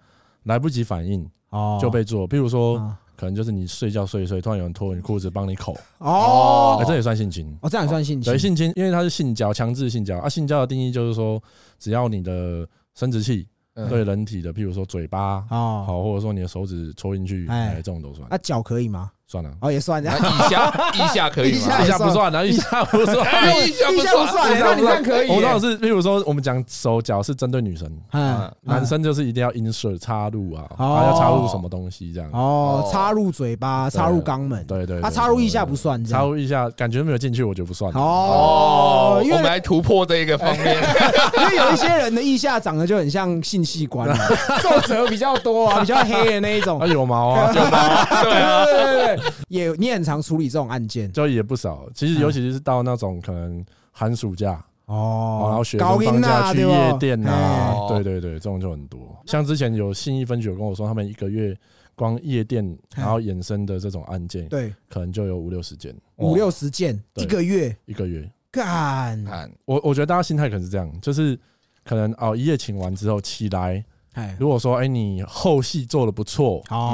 来不及反应
哦
就被做，譬如说
啊
可能就是你睡觉睡一睡，突然有人脱你裤子帮你口，
哦
哎，这也算性侵。
哦这样也算性侵
对，性侵，因为它是性交，强制性交啊。性交的定义就是说，只要你的生殖器
嗯
对人体的，譬如说嘴巴，
哦。
好，或者说你的手指戳进去，
哎
哎，这种都算
那，脚可以吗？
算了，
哦也算这
那
样，
以下以下可以吗
以下？
一下不算，啊然后一下不 算。
哎以下
一下不算耶，那你这样可以耶。
我知道是，譬如说我们讲手脚是针对女生，
嗯，
男生就是一定要 insert 插入啊，
哦
他要插入什么东西这样。
哦
哦，
插入嘴巴，插入肛门，
对对，
他
对
插入腋下不，算，
对
这
插
样
入腋下感觉没有进去我就不算。
哦
哦，，因
我
为
们来突破这一个方面。
因为有一些人的腋下长得就很像性器 官啊，皱褶比较多啊，比较黑的那一种
啊，。有毛 啊，
对
啊
对对对，也你很常处理这种案件
就也不少。其
嗯
实尤其是到那种可能寒暑假，
哦
然后学
高
生
音
放
呐，
假去
对吧哎哦
夜店啊
嘿，
对对对，这种就很多。像之前有信义分局有跟我说，他们一个月光夜店
嘿
然后衍生的这种案件，
哎对，
可能就有五六十件
五六十件
对
一个月，
一个月。
干，
看，
我我觉得大家心态可能是这样，就是可能哦一夜情完之后起来，
哎，
如果说哎、你后戏做的不错。哦，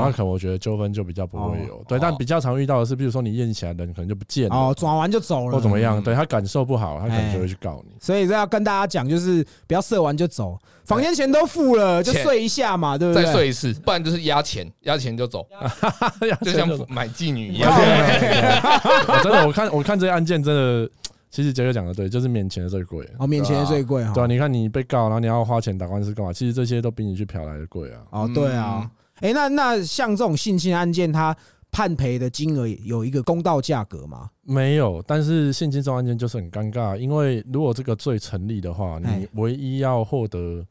那
哦
可能我觉得纠纷就比较不会有，对，但比较常遇到的是，比如说你验起来人可能就不见了，
哦，转完就走
或
了
怎。么样，
嗯
对他感受不好，他可能就会去告你。
所以这要跟大家讲，就是不要射完就走，房间钱都付了，就
钱
睡一下嘛，对不对？
再睡一次，不然就是压钱，压钱就走， 就像 买妓女一
靠
样。
北
我真的，我看我看这些案件，真的，其实杰哥讲的对，就是免钱的最贵。
哦，免钱的最贵哈。
对啊，你看你被告，然后你要花钱打官司干嘛？其实这些都比你去嫖来的贵啊。
哦，对
嗯
啊，哎、那那像这种性侵案件，它判赔的金额有一个公道价格吗？
没有，但是性侵这种案件就是很尴尬，因为如果这个罪成立的话，
哎
你唯一要获得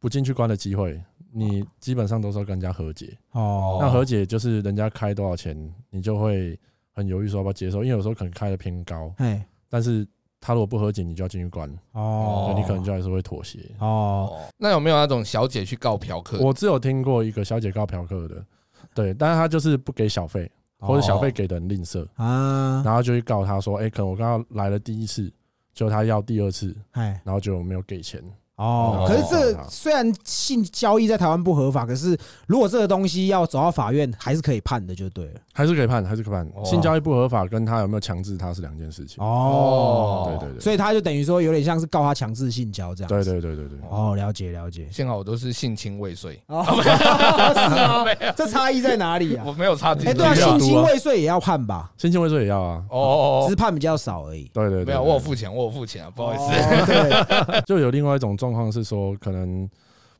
不进去关的机会，你基本上都是要跟人家和解。
哦
那和解就是人家开多少钱，你就会很犹豫说要不要接受，因为有时候可能开的偏高，
哎，
但是他如果不和解，你就要进去关，
哦
对你可能就还是会妥协。
哦，
哦，那有没有那种小姐去告嫖客？
我只有听过一个小姐告嫖客的，对，但是她就是不给小费，或
哦
者小费给的很吝啬，
哦啊，
然后就去告她说，哎，可能我刚刚来了第一次，就她要第二次，
哎，
然后就没有给钱，
哦，
哦
可是这个虽然性交易在台湾不合法，可是如果这个东西要走到法院，还是可以判的，就对了。
还是可以判，还是可以
哦
判。性交易不合法跟她有没有强制她是两件事情。
哦，
对对对，
所以他就等于说有点像是告他强制性交这样。
对。对对对对，
哦，了解了解。
幸好我都是性侵未遂，
哦， 是啊，这差异在哪里啊
我？没有插进
哎，
去。
对啊，
是啊
性侵未遂也要判吧，
性侵未遂也要啊。
只
哦
是，判比较少而已。
对对对，
没有，
对
我有付钱，我有付钱啊，不好意思。
哦 对，
就有另外一种状况是说，可能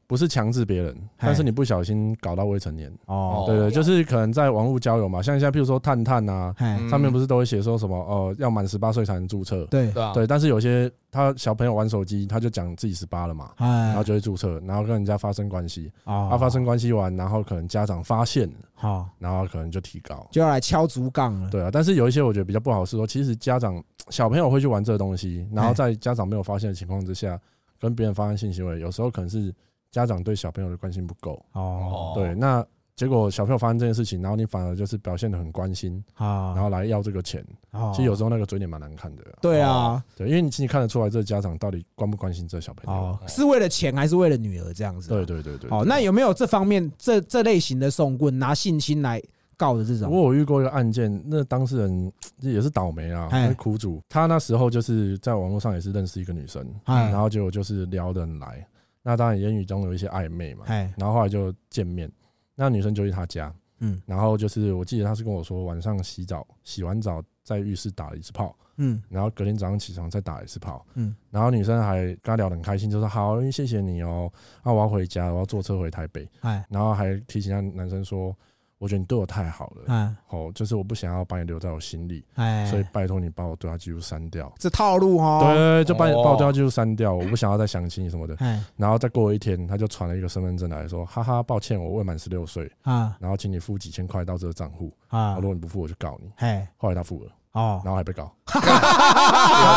不是强制别人，但是你不小心搞到未成年。
哦，
对对，就是可能在网络交友嘛，像现在譬如说探探啊，
哎，
嗯
上面不是都会写说什么哦，要满十八岁才能注册。
对，
对啊，
对，但是有些他小朋友玩手机，他就讲自己十八了嘛，然
哎
后，就会注册，然后跟人家发生关系，
啊
他发生关系完，然后可能家长发现了，
好
然后可能就提高。
就要来敲竹杠了。
对啊，但是有一些我觉得比较不好是说，其实家长小朋友会去玩这个东西，然后在家长没有发现的情况之下，跟别人发生性行为，有时候可能是家长对小朋友的关心不够。
哦，
对，那结果小朋友发生这件事情，然后你反而就是表现的很关心，
啊，
然后来要这个钱，
后
其实有时候那个嘴脸蛮难看的啊。
哦对啊，
对，因为你其实看得出来这个家长到底关不关心这个小朋友。哎
哦，是为了钱还是为了女儿这样子？
对。对对对。
哦，那有没有这方面这这类型的送棍拿性侵来告的这
不
种？
过我遇过一个案件，那当事人也是倒霉啊，
哎
那苦主。他那时候就是在网络上也是认识一个女生，
哎
然后结果就是聊得很来，那当然言语中有一些暧昧嘛，
哎，
然后后来就见面，那女生就去他家，
嗯
然后就是我记得他是跟我说晚上洗澡，洗完澡在浴室打了一次炮，
嗯
然后隔天早上起床再打一次炮，
嗯，
然后女生还跟他聊得很开心，就说好，谢谢你哦，啊，我要回家，我要坐车回台北，
哎
然后还提醒他男生说，我觉得你对我太好了，
哎
哦，就是我不想要把你留在我心里，
哎，
所以拜托你把我对他记录删掉，
这套路
对对
哈，
对，就把你
哦
把我对他记录删掉，我不想要再想起你什么的。
哎
然后再过一天，他就传了一个身份证来说，哈哈，抱歉，我未满十六岁，
啊
然后请你付几千块到这个账户，啊
啊
如，果你不付我就告你。
哎
后来他付了，
哦
然，后还被告。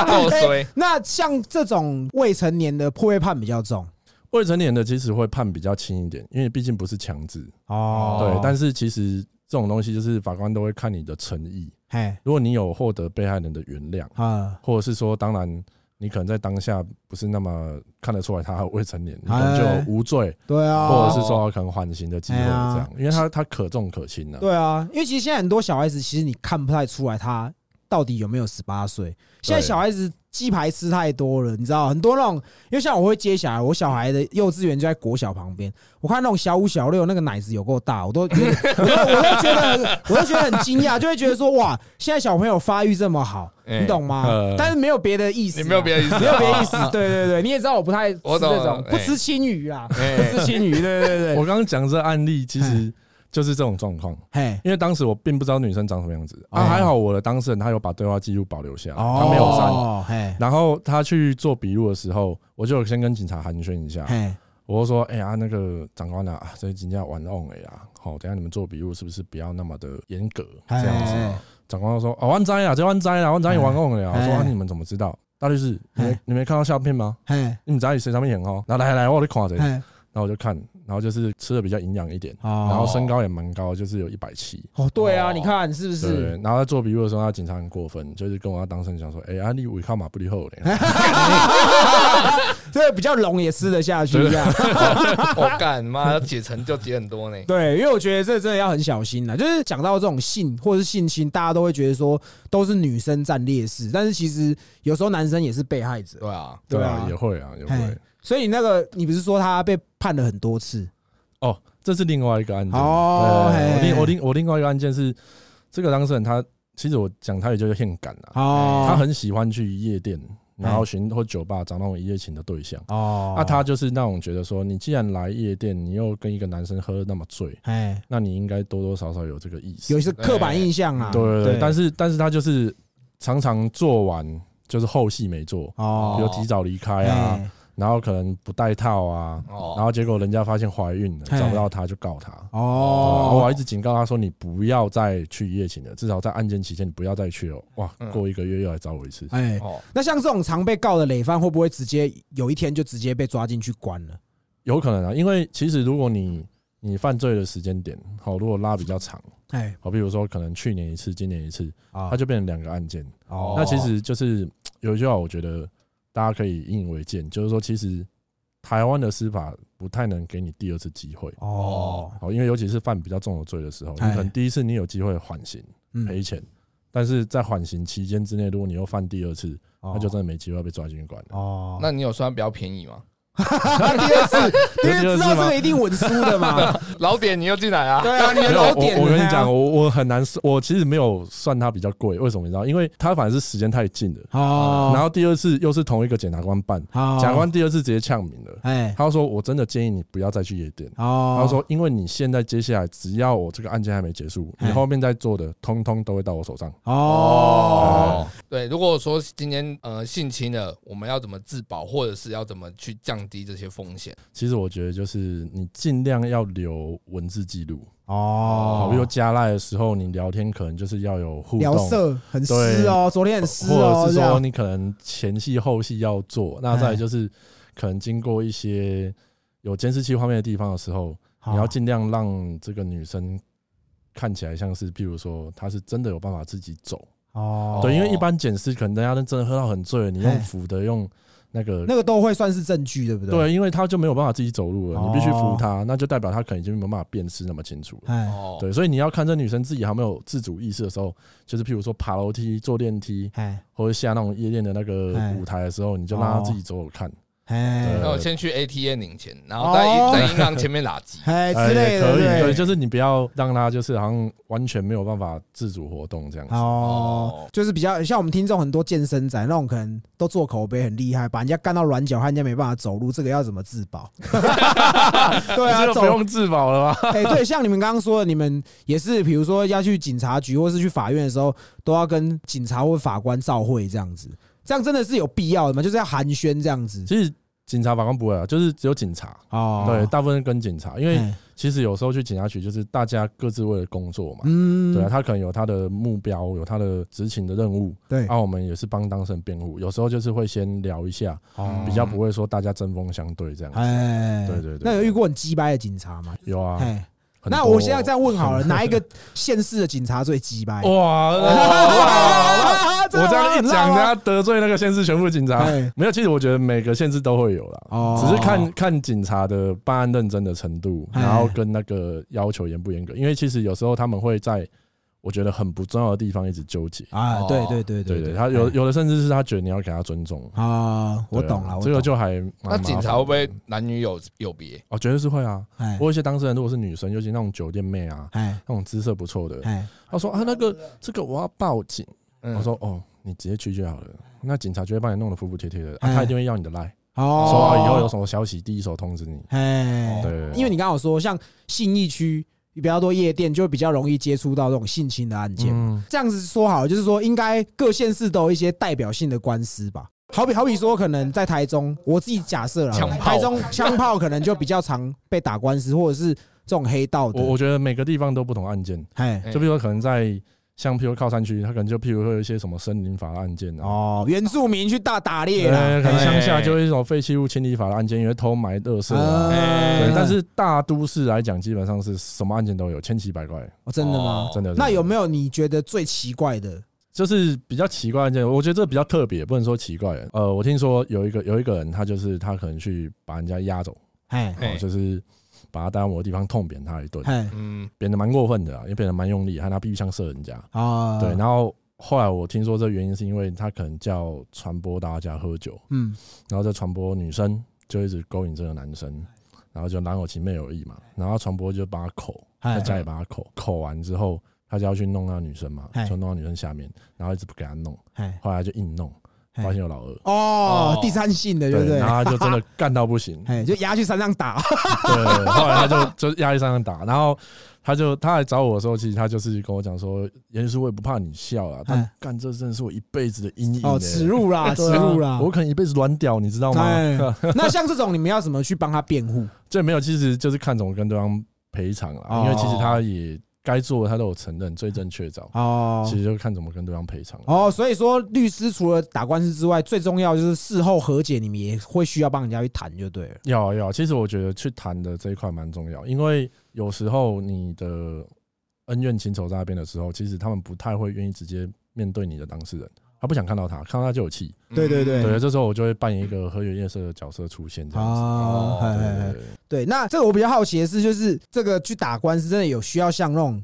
够 衰，
那像这种未成年的破位判比较重
未成年的其实会判比较轻一点，因为毕竟不是强制。
哦，
对，但是其实这种东西就是法官都会看你的诚意，
哎
如果你有获得被害人的原谅，
啊
或者是说，当然你可能在当下不是那么看得出来他未成年，你可
哎
能就有无罪，
对啊，
或者是说可能缓刑的机会
哎
这
呀
样，因为他他可重可轻呢。
对啊，因为其实现在很多小孩子，其实你看不太出来他到底有没有十八岁。现在小孩子鸡排吃太多了，你知道，很多那种，因为像我会接小孩，我小孩的幼稚园就在国小旁边，我看那种小五、小六那个奶子有够大，我都觉 得，我都我都觉得很，我都觉得很惊讶，就会觉得说，哇，现在小朋友发育这么好，你
哎
懂吗？
呃
但是没有别的意思，
你没有别的意思，啊
没有别的意思， 对对对，你也知道我不太吃
我
这
懂
种，不
哎
吃青鱼啦，不
哎，
吃青鱼，对对对
我
对，
刚刚讲这案例，其实
哎
就是这种状况。
嘿，
因为当时我并不知道女生长什么样子啊，
哦
还好我的当事人他有把对话记录保留下来，他没有删。
哦，嘿，
然后他去做笔录的时候，我就有先跟警察寒暄一下，
嘿，
我就说：“哎、呀、那个长官啊，啊这今天玩 on 了呀，好，等一下你们做笔录是不是不要那么的严格这
哎
样子
嘿？”
长官就说：“哦，万灾啊，这万灾啊，万灾也玩 on 了啊。”我说：“啊，
哎
你们怎么知道？”大律师，你
哎
没你没看到相片吗？
嘿，
你们在谁上面演哦？然后来来，我得看着，然
嘿，
后我就看，然后就是吃的比较营养一点，
哎哦
然后身高也蛮高，就是有一百七。
哦，对啊，
哦
你看是不
对
是？，
然后在做笔录的时候，那警察很过分，就是跟我那当事人讲说：“哎、啊，你违抗马不利 后嘞。”
啊这比较拢也吃得下去，这啊样
我哎哦干妈解成就解很多呢，
对，因为我觉得这真的要很小心啦。就是讲到这种性或者是性侵，大家都会觉得说都是女生占劣势，但是其实有时候男生也是被害者，
对啊，
对
对
啊
啊，
也会啊，也
嘿
会。
所以你那个你不是说他被判了很多次？
哦，这是另外一个案件。
哦
对我
嘿
另我另我另外一个案件是这个当事人他，其实我讲他也就是性感啊，
哦，嗯
他很喜欢去夜店，然后寻或酒吧找那种一夜情的对象。
哦，
那、他就是那种觉得说，你既然来夜店，你又跟一个男生喝得那么醉，
哎，
那你应该多多少少有这个意思。
有一些刻板印象啊，
对对对，但
是
是但是他就是常常做完就是后戏没做，比
哦，
如提早离开啊，
哎，
然后可能不戴套啊，
哦，
然后结果人家发现怀孕了，
嘿
找不到他就告他。然后我
哦
还一，直警告他说：“你不要再去夜情了，至少在案件期间你不要再去了。”哇，
嗯
过一个月又来找我一次。
哎，
哦，
那像这种常被告的累犯，会不会直接有一天就直接被抓进去关了？
有可能啊，因为其实如果你你犯罪的时间点，好，如果拉比较长，
哎，
好，比如说可能去年一次，今年一次，
啊
它就变成两个案件。
哦
那其实就是嘖有一句话，我觉得大家可以引以为戒，就是说，其实台湾的司法不太能给你第二次机会。
哦，
好，因为尤其是犯比较重的罪的时候，你可
哎
能第一次你有机会缓刑赔
嗯，
钱，但是在缓刑期间之内，如果你又犯第二次，
那
那就真的没机会被抓进去关了。
哦，
那你有算比较便宜吗？
那第二次，因为知道这个一定稳输的嘛，
老点你又进来啊？
对啊，你的
没有，
老点，啊
我我跟你讲，，我我很难，我其实没有算它比较贵，为什么你知道？因为它反正是时间太近了，然
哦，
后第二次又是同一个检察官办，
好，
检察官，第二次直接呛名了，
哎，
他说我真的建议你不要再去夜店。
哦，
他说：“因为你现在接下来，只要我这个案件还没结束，
哎
你后面在做的，通通都会到我手上。
哦，
哦，对，如果说今天呃性侵了，我们要怎么自保，或者是要怎么去降低这些风险？
其实我觉得，就是你尽量要留文字记录，
哦，
好，比如加赖的时候，你聊天可能就是要有互
聊
动，
色很湿哦，昨天很湿
或
哦，
者是
这
说
样，哎
你可能前戏后戏要做，那再来就是可能经过一些有监视器画面的地方的时候，你
哦
要尽量让这个女生看起来像是，譬如说她是真的有办法自己走，
哦，
对，因为一般检视可能大家真的喝到很醉了，你
哎
用扶的用那个。
那个都会算是证据，对不对？，
对，因为她就没有办法自己走路了，你必须
哦
扶她，那就代表她可能已经没有办法辨识那么清楚了。
哎，
哦，
对，所以你要看这女生自己还没有自主意识的时候，就是譬如说爬楼梯、坐电梯，
哎，
或者下那种夜店的那个
哎
舞台的时候，你就让她自己走走看，
哎。
那我
对
先去 ATM 领钱，然后在银在银行前面打机
哎
哎
之类
也可
的，
以，对，
对，
就是你不要让他就是好像完全没有办法自主活动这样子。
哦
哦，
就是比较像我们听众很多健身仔那种，可能都做口碑很厉害，把人家干到软脚，害人家没办法走路，这个要怎么自 保？ 对啊，
这就
走
不用自保 了吧？
哎、对，像你们刚刚说的，你们也是，比如说要去警察局或是去法院的时候，都要跟警察或法官照会这样子，这样真的是有必要的吗？就是要寒暄这样子。
其实警察法官不会啊，就是只有警察，
哦
对，，大部分跟警察，因为
哎
其实有时候去警察局就是大家各自为了工作嘛，
嗯，
对啊，他可能有他的目标，有他的执勤的任务，啊
对
那、我们也是帮当事人辩护，有时候就是会先聊一下，
哦
比较不会说大家针锋相对这样。
哎，
对对对
那有遇过很鸡掰的警察吗？
有啊，
哎，
很
那
多
我现在这样问好了，哪一个县市的警察最鸡掰？
哇，
哇
我这样一讲，
呢，
他得罪那个县市全部警察
啊哎，
没有。其实我觉得每个县市都会有啦，
哦
只是看看警察的办案认真的程度，
哎
然后跟那个要求严不严格。因为其实有时候他们会在我觉得很不重要的地方一直纠结。
啊，对对对
哦对
对
对，他有
哎
有的甚至是他觉得你要给他尊重。
啊，我
对啊
懂了，我
这个
懂
就还蛮麻
那
烦
警察会不会男女有有别？
哦，绝对是会啊。
哎
不过一些当事人如果是女生，尤其那种酒店妹啊，
哎
那种姿色不错的，
哎，
他说啊那个这个我要报警。
嗯
我说哦，你直接去就好了。那警察就会帮你弄得服服帖帖的，啊
哎
他一定会要你的赖，
哦，
说啊以后有什么消息第一手通知你。
哎，
对，
因为你刚好说，像信义区比较多夜店，就比较容易接触到这种性侵的案件。
嗯，
这样子说好了，就是说应该各县市都有一些代表性的官司吧。好比好比说，可能在台中，我自己假设啦
枪，炮
台中枪炮可能就比较常被打官司，或者是这种黑道
我我
的。
觉得每个地方都不同案件，
哎
哎
就比如说可能在像譬如靠山区，他可能就譬如会有一些什么森林法的案件啊。
哦，原住民去大打猎啦，
呃，可能乡下
哎
就会一种废弃物清理法的案件，因为偷埋垃圾
啊
啊。
哎
对，但是大都市来讲，基本上是什么案件都有，千奇百怪，
哦真的吗
哦？
真的。
那有
真的
没有你觉得最奇怪的？
就是比较奇怪的案件，我觉得这比较特别，不能说奇怪。呃，我听说有一个有一个人，他就是他可能去把人家压走，
哎
哎
哦，就是把他带到某个地方痛扁他一顿，
哎
嗯，
扁的蛮过分的啊，也扁的蛮用力，还拿避孕枪射人家。
啊，
对，然后后来我听说这原因是因为他可能叫传播大家喝酒，
嗯，
然后再传播女生就一直勾引这个男生，然后就男有情妹有意嘛，然后传播就把他口，
哎
在家里把他口口完之后，他就要去弄那个女生嘛
哎，
就弄到女生下面，然后一直不给他弄，
哎
后来就硬弄，
哎
发现有老二。
哦
哦，
第三性的，对不对
然？后他就真的干到不 行，
哎，就压去山上打，
对，后来他就就压力山上打，然后他就他来找我的时候，其实他就是跟我讲说，严律师，我也不怕你笑啊，但
哎
干这真的是我一辈子的阴影、欸、
哦，耻辱啦，耻
对啊，
辱啦。
我可能一辈子软屌，你知道
哎
吗？
那像这种，你们要怎么去帮他辩护？
这没有，其实就是看怎么跟对方赔偿
哦
啊，因为其实他也该做的他都有承认，罪证确凿，
哦
其实就看怎么跟对方赔偿。
哦，所以说律师除了打官司之外，最重要就是事后和解，你们也会需要帮人家去谈，就对了。
要啊要啊，其实我觉得去谈的这一块蛮重要，因为有时候你的恩怨情仇在那边的时候，其实他们不太会愿意直接面对你的当事人，他不想看到他，看到他就有气。
嗯
对对对
对，这时候我就会扮演一个和颜悦色的角色出现，这样子。
哦，
哦嘿
对
嘿
对
嘿
对对
对，那这个我比较好奇的是，就是这个去打官司，真的有需要像那种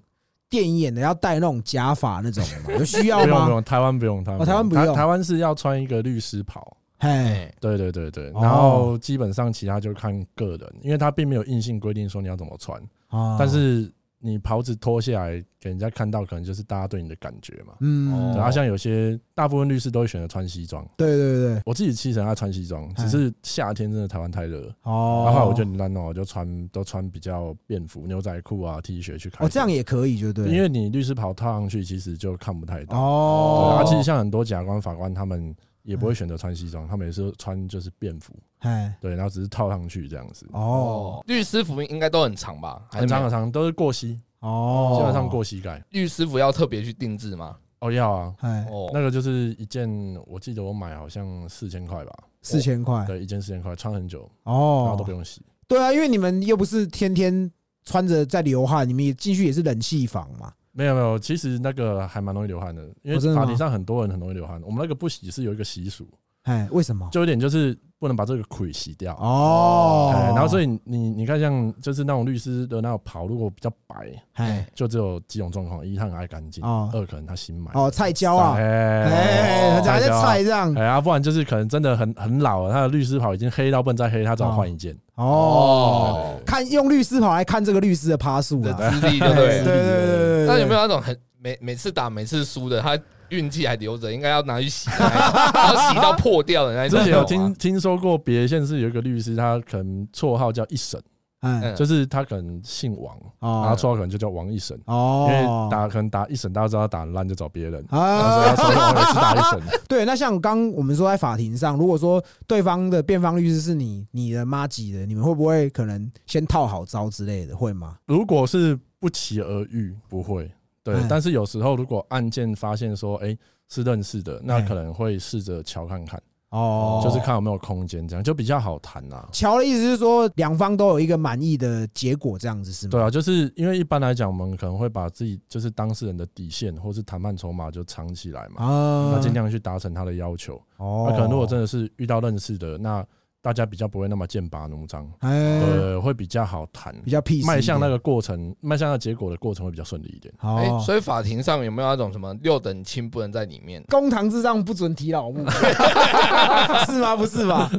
电影演的要戴那种假发那种的吗？有需要
不用不
吗？
用，台湾不用，台湾
哦台湾不用
台湾是要穿一个律师袍。
嘿，
哎，
对对对对，
哦
然后基本上其他就看个人，因为他并没有硬性规定说你要怎么穿，
哦
但是你袍子脱下来给人家看到，可能就是大家对你的感觉嘛。
嗯
哦，
然后啊像有些大部分律师都会选择穿西装，
对对对，
我自己其实很爱穿西装，只
哎
是夏天真的台湾太热，
哦
然，后后来我就懒了，我就穿都穿比较便服，牛仔裤啊 T 恤去开会。
哦这样也可以，就对了，
因为你律师袍套上去，其实就看不太到。对
哦，
啊，其实像很多假官、法官他们也不会选择穿西
嗯
装，他们也是穿就是便服，
哎
对，然后只是套上去这样子。
哦
律师服应该都很长吧？还是
很长啊
没
很
有
长，都是过膝，
哦，
基本上过膝盖。
律师服要特别去定制吗？
哦，要啊，
哎
哦，
那个就是一件，我记得我买好像四千块吧，
四千块
对，一件四千块，穿很久，然后
哦
都不，用洗。
对啊，因为你们又不是天天穿着在流汗，你们也进去也是冷气房嘛。
没有没有，其实那个还蛮容易流汗的，因为
哦真的吗
法庭上很多人很容易流汗。我们那个不洗是有一个习俗，
哎，为什么？
就有点就是不能把这个亏洗掉。
哦，
哎，然后所
以，
以你你你看，像就是那种律师的那种袍，如果比较白，
哎，
就只有几种状况：一，他很爱干净；
哦
二，可能他新买。
哦，菜椒啊，
哎
哎，还在菜这样，
哎呀，不然就是可能真的很很老了，他的律师袍已经黑到不能再黑，他只好换一件。
哦，
哦，
看用律师跑来看这个律师的趴数
的
了，
资历
哎
就对
对对
了。
对对，
那有没
有？
有那种很每每次打每次输的，他运气还留着，应该要拿去洗， 然后洗到破掉的那
哎
一
哎之
种啊？
前有
哦
听听说过别县市有一个律师，他可能绰号叫一审，
哎，
嗯，就
就是他可能姓王，然后
哦
绰号可能就叫王一审，因为
哦，
打可能打一审，大家知道他打烂就找别人，然后所以
啊
他，说哦我也是打一审，
对，那像刚我们说在法庭上，如果说对方的辩方律师是你你的妈几的，你们会不会可能先套好招之类的？会吗？
如果是不期而遇，不会。对
嗯，
但是有时候如果案件发现说，哎、是认识的，那
嗯
可能会试着瞧看看，
哦嗯
就是看有没有空间，这样就比较好谈啦、
乔的意思是说两方都有一个满意的结果，这样子是吗？
对啊，就是因为一般来讲，我们可能会把自己就是当事人的底线或是谈判筹码就藏起来嘛，
啊，
那尽量去达成他的要求。
哦
那可能如果真的是遇到认识的，那大家比较不会那么剑拔弩张，
哎
呃，会比较好谈，
比较 peace
迈向那
一点
个过程，迈向那结果的过程会比较顺利 一点。
哎，
哦，
所以法庭上有没有那种什么六等亲不能在里面？
公堂之上不准提老母， 是吗？不是吧？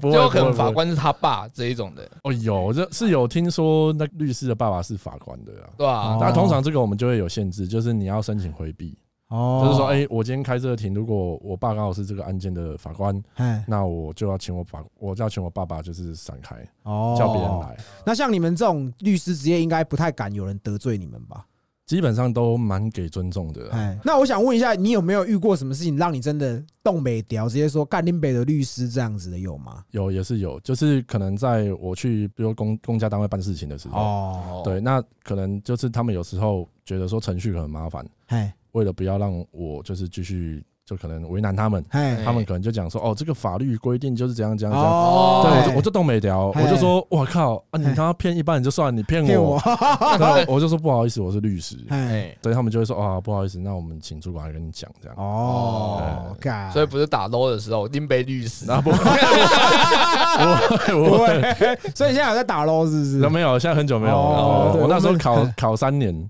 不会，
就可能
不会
法官是他爸这一种的，
哦，有这是有听说那律师的爸爸是法官的啦。
对吧
哦？
那通常这个我们就会有限制，就是你要申请回避，
哦
就是说，哎，我今天开这个庭，如果我爸刚好是这个案件的法官，
哎，
那我就要请我爸，我就要请我爸爸就是闪开，
哦
叫别人。来。
那像你们这种律师职业，应该不太敢有人得罪你们吧？
基本上都蛮给尊重的啦。
哎，那我想问一下，你有没有遇过什么事情让你真的动北屌，直接说干林北的律师这样子的有吗？
有也是有，就是可能在我去，比如公公家单位办事情的时候，
哦，
对，那可能就是他们有时候觉得说程序很麻烦，
哎
为了不要让我就是继续就可能为难他们，
哎，
他们可能就讲说，哦，这个法律规定就是怎样怎样怎样。
哦
对，我
哎
就我就动没聊，
哎
我就说，我靠啊！你
哎
他妈骗一般人就算，你骗
骗我
我，，然 后我就说不好意思，我是律师。
哎，
哎，
对他们就会说啊，不好意思，那我们请主管来跟你讲这样。
哦，干，
所以不是打 low 的时候，拎杯律师，
那不我
不
我
会， 所以你现在有在打喽，是不是？
那没有，现在很久没有了。
哦
我
对
我那时候
我
考
们
考三年，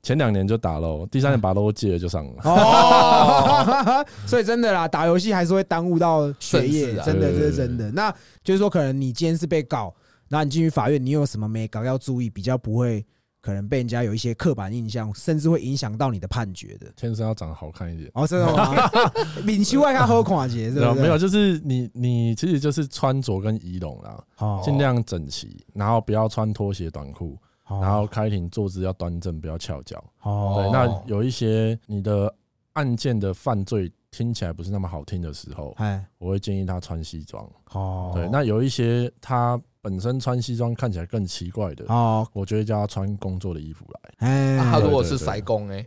前两年就打喽，第三年把喽戒了就上了。
哦，所以真的啦，打游戏还是会耽误到学业
顺势，啊
真的
对
这
对
是真的。那就是说，可能你今天是被告，那你进去法院，你有什么没搞要注意，比较不会可能被人家有一些刻板印象，甚至会影响到你的判决的。
天生要长得好看一点。
哦，真的吗？敏修外看喝款节，是
对啊
不是？
没有，，就是你你其实就是穿着跟仪容啦，
好
尽量整齐，然后不要穿拖鞋短裤，然后开庭坐姿要端正，不要翘脚。
哦，
对，
哦
那有一些你的案件的犯罪听起来不是那么好听的时候，
哎，
我会建议他穿西装。
哦，
对，那有一些他本身穿西装看起来更奇怪的，
哦，
我就会叫他穿工作的衣服来。
哎，
他如果
对
是
对对
塞工哎，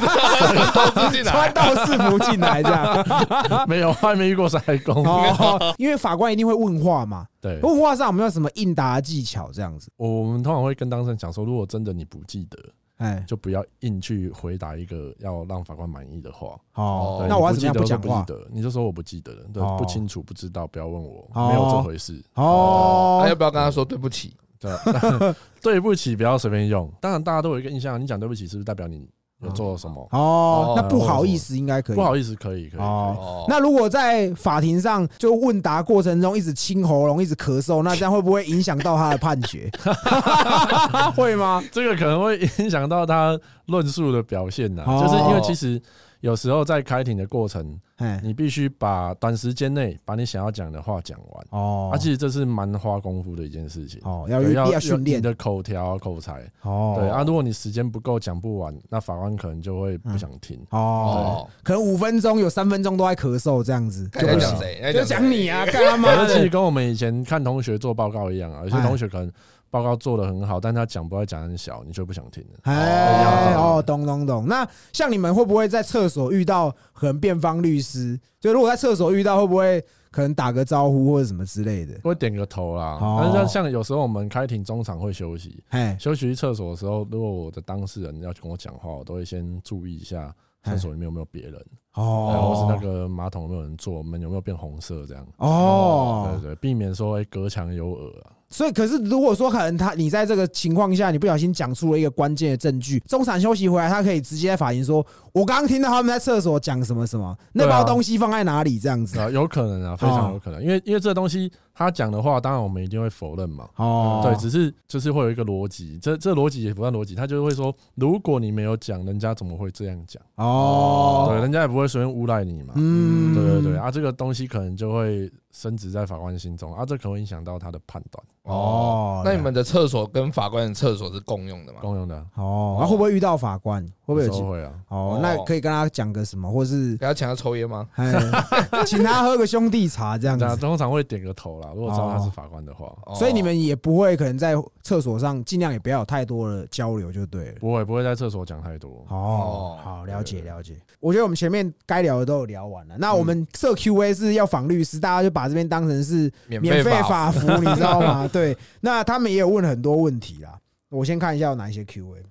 都进
穿
来，
道士服进来这样。
没有，还没遇过塞工。
啊哦，因为法官一定会问话嘛，
对，
问话上有没有什么应答技巧这样子？
我们通常会跟当事人讲说，如果真的你不记得，
哎，
就不要硬去回答一个要让法官满意的话。
哦
对
那
你
我要
不记
怎么样
得
不
就
讲
不
话
记？得，你就说我不记得了，对
哦，
不清楚，不知道，不要问我，
哦
没有这回事。
那要
哦，
不要跟他说对不起？
对， 对不起，不要随便用。当然，大家都有一个印象，你讲对不起是不是代表你有做了什么？
哦
哦，
那不好意思应该可以。
不好意思，可以，可以。
哦
哦，
那如果在法庭上就问答过程中一直清喉咙、一直咳嗽，那这样会不会影响到他的判决？会吗？
这个可能会影响到他论述的表现呐、
哦
就是因为其实有时候在开庭的过程，
哎，
你必须把短时间内把你想要讲的话讲完，
哦
啊，其实这是蛮花功夫的一件事情。
哦，要
对
要
要
训练
你的口条、啊口才，
哦，
对啊。如果你时间不够，讲不完，那法官可能就会不想听。
哦
哦，
可能五分钟有三分钟都在咳嗽，这样子就
看在
不
讲
行，
谁？在
就
谁
讲你啊，干他
反
妈
正其实
的！哎
跟我们以前看同学做报告一样啊，有些同学可能报告做的很好，但他讲不要讲很小，你就不想听了。
哎，哦，懂懂懂。那像你们会不会在厕所遇到可能辩方律师？就如果在厕所遇到，会不会可能打个招呼或者什么之类的？
会点个头啦，
哦
但是像像有时候我们开庭中场会休息，
哎，
休息去厕所的时候，如果我的当事人要跟我讲话，我都会先注意一下看手里面有没有别人，然后是那
哎哦
个马桶有没有人坐，门有没有变红色这样。对
哦，
对，避免说哎隔墙有耳啊。
所以可是如果说可能他你在这个情况下，你不小心讲出了一个关键的证据，中场休息回来，他可以直接在法庭说：“我刚刚听到他们在厕所讲什么什么，那
对啊
包东西放在哪里？”这样子
啊，有可能啊，非常
哦
有可能，因为因为这东西他讲的话，当然我们一定会否认嘛。
哦，
对，只是就是会有一个逻辑，这这逻辑也不算逻辑，他就会说，如果你没有讲，人家怎么会这样讲？对，
哦，
人家也不会随便诬赖你嘛。
嗯
对对对，啊，这个东西可能就会升值在法官心中啊，这可能会影响到他的判断。
哦
那你们的厕所跟法官的厕所是共用的吗？
公用的啊
哦，那会不会遇到法官？会不会有
有
机
时候
会？
会啊？
哦
哦，
那可以跟他讲个什么，或是
给他请他抽烟吗？
哎请他喝个兄弟茶这样
那
子。
通常会点个头啦，如果知道他是法官的话，
哦
所以你们也不会可能在厕所上尽量也不要有太多的交流就对了。
不会不会在厕所讲太多。
哦
哦，
好，了解
对
了解。我觉得我们前面该聊的都有聊完了，那我们设 Q&A 是要访律师，大家就把这边当成是
免
免费
法
法 服，你知道吗？对，那他们也有问很多问题啦。我先看一下有哪一些 Q&A。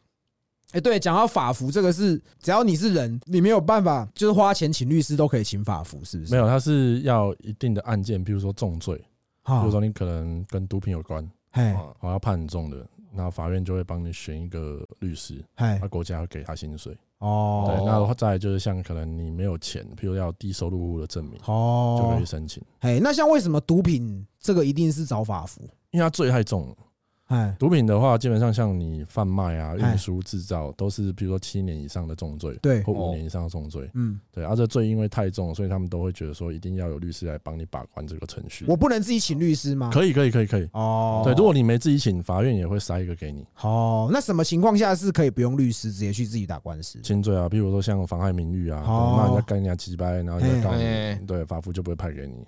哎，对，讲到法服这个是，只要你是人，你没有办法，就是花钱请律师都可以请法服，是不是？
没有，他是要一定的案件，比如说重罪，比
啊
如，说你可能跟毒品有关，
嘿，
哦
我要判很重的，那法院就会帮你选一个律师，
嘿
那，国家会给他薪水。对，
哎哦，
那再来就是像可能你没有钱，譬如要低收入户的证明，就可
哦
以，申请，
嘿，那像为什么毒品这个一定是找法服？
因为它罪太重了。
哎，
毒品的话，基本上像你贩卖啊、
哎
运输、制造，都是比如说七年以上的重罪，
对
或五
哦
年以上的重罪。
嗯，
对，啊而这罪因为太重，所以他们都会觉得说一定要有律师来帮你把关这个程序。
我不能自己请律师吗？
可以，可以，可以，可以。
哦，
对，如果你没自己请，法院也会塞一个给你。
哦，那什么情况下是可以不用律师直接去自己打官司？
轻罪啊，譬如说像妨害名誉啊，
哦
骂人家干人家鸡掰，然后人家告
嘿
你，对，法服就不会派给你。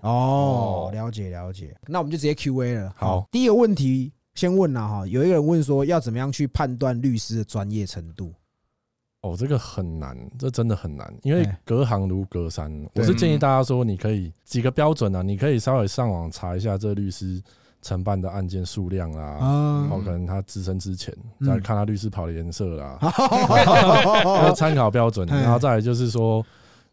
哦，
哦了解了解。那我们就直接 Q&A 了。
好，
第一个问题先问了哈，有一个人问说要怎么样去判断律师的专业程度？
哦，这个很难，这真的很难，因为
哎
隔行如隔山。我
对
是建议大家说，你可以几个标准啊，你可以稍微上网查一下这律师承办的案件数量啦，
啊
然后
嗯
可能他资深之前，
嗯
再看他律师跑的颜色啦，这是
哦，
参考标准。
嗯哎
然后再来就是说，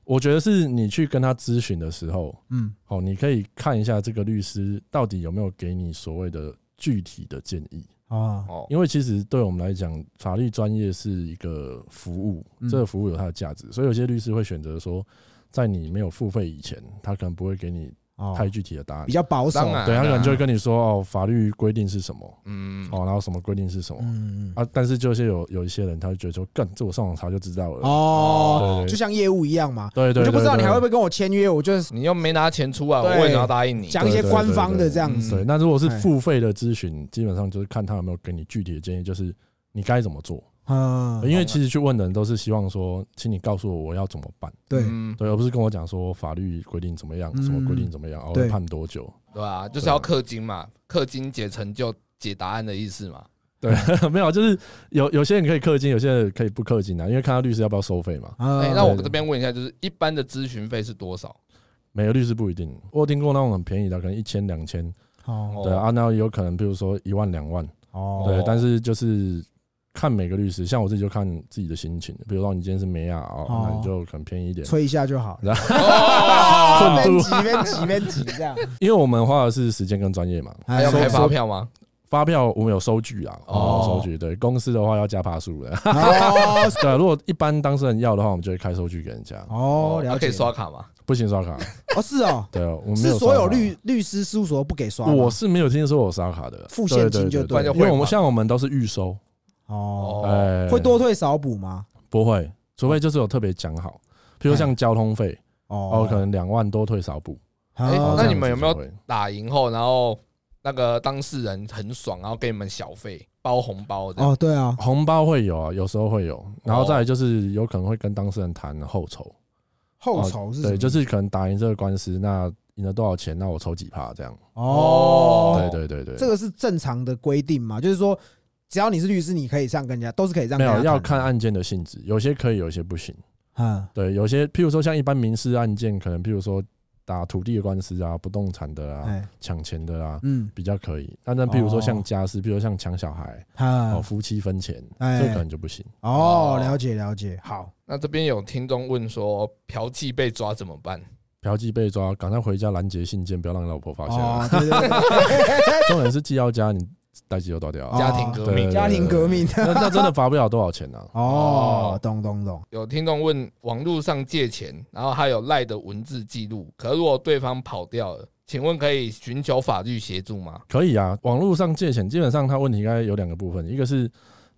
我觉得是你去跟他咨询的时候，
嗯，
哦，你可以看一下这个律师到底有没有给你所谓的具体的建议。
哦，
哦，
因为其实对我们来讲，法律专业是一个服务
嗯，
这个服务有它的价值，所以有些律师会选择说，在你没有付费以前，他可能不会给你
哦
太具体的答案
比，较保守，
当然
对他可能就会
啊
跟你说哦，法律规定是什么，
嗯
哦，然后什么规定是什么
嗯嗯，
啊，但是就是有有一些人，他就觉得说，干这我上网查就知道了，
哦，
对
就像业务一样嘛，
对对对，
我就不知道你还会不
会。
会跟我签约，我就是
你又没拿钱出来，啊我
对
为什么要答应你？
讲一些
对对对
官方的这样
嗯
子。
对，那如果是
哎
付费的咨询，基本上就是看他有没有给你具体的建议，就是你该怎么做。
嗯，
因为其实去问的人都是希望说，请你告诉我我要怎么办。
对，
嗯，
对，而不是跟我讲说法律规定怎么样，
嗯
什么规定怎么样，然后
对
判多久？
对啊，就是要氪金嘛，氪金解成就解答案的意思嘛。
没有，啊就是有有些人可以氪金，有些人可以不氪金啊，因为看他律师要不要收费嘛。
嗯
哎，那我
对
这边问一下，就是一般的咨询费是多少？
每个律师不一定，我有听过那种很便宜的，可能一千两千，
哦
哦
对啊，那有可能比如说一万两万，
哦，
对，但是就是看每个律师，像我自己就看自己的心情，比如说你今天是美亚哦，
哦
那你就可能便宜一点，
吹一下就好。
哦
顺
边
路
挤边挤边挤这样，哎
因为我们花的是时间跟专业嘛，
还要
收
开
收
发票吗？
发票我们有收据啊，我们有收据，对，公司的话要加爬数的，
哦
对啊，如果一般当事人要的话，我们就会开收据给人家，
哦，
啊
了
可
解
以刷卡吗？
不行刷卡。
哦，是哦，
对，啊我们没
是
刷
所有
卡，
律律师事务所不给刷吗，
我是没有听说有刷卡的，
付现金就
对对
对
了
对，因为我们像我们都是预收，
哦，
哦，
哎，
会多退少补吗？
不会？除非就是有特别讲好，譬如像交通费，
哦
哦，可能两万多退少补。
哎
哦
哦
那
这样
你们
子
有没有
就会
打赢后，然后那个当事人很爽，然后给你们小费包红包的。
哦，对啊，
红包会有啊？有时候会有，然后再来就是有可能会跟当事人谈后酬，
后酬是什么
对，就是可能打赢这个官司，那赢了多少钱，那我抽几趴这样。
哦
哦，
对对对
这
对，
个是正常的规定嘛，就是说只要你是律师，你可以这样跟人家，都是可以这样
没
跟人
有
家
要
谈
看案件的性质，有些可以，有些不行。
的，嗯，
对，有些譬如说像一般民事案件，可能譬如说打土地的官司啊、不动产的啊、
哎，
抢钱的啊，
嗯，
比较可以。但那比如说像
哦
家事，比如说像抢小孩，哦，
啊，
夫妻分钱，
哎
这可能就不行。
哦，了解了解，好，
那这边有听众问说，嫖妓被抓怎么办？
嫖妓被抓，赶快回家拦截信件，不要让老婆发现啊。
哦，对 对对，
重点是寄到家，你代寄就到 掉啊。
哦
家庭革命
对
家庭革命，
那那真的罚不了多少钱啊！
哦，懂懂懂，
有听众问网络上借钱，然后还有赖的文字记录，可如果对方跑掉了，请问可以寻求法律协助吗？
可以啊，网络上借钱，基本上它问题应该有两个部分，一个是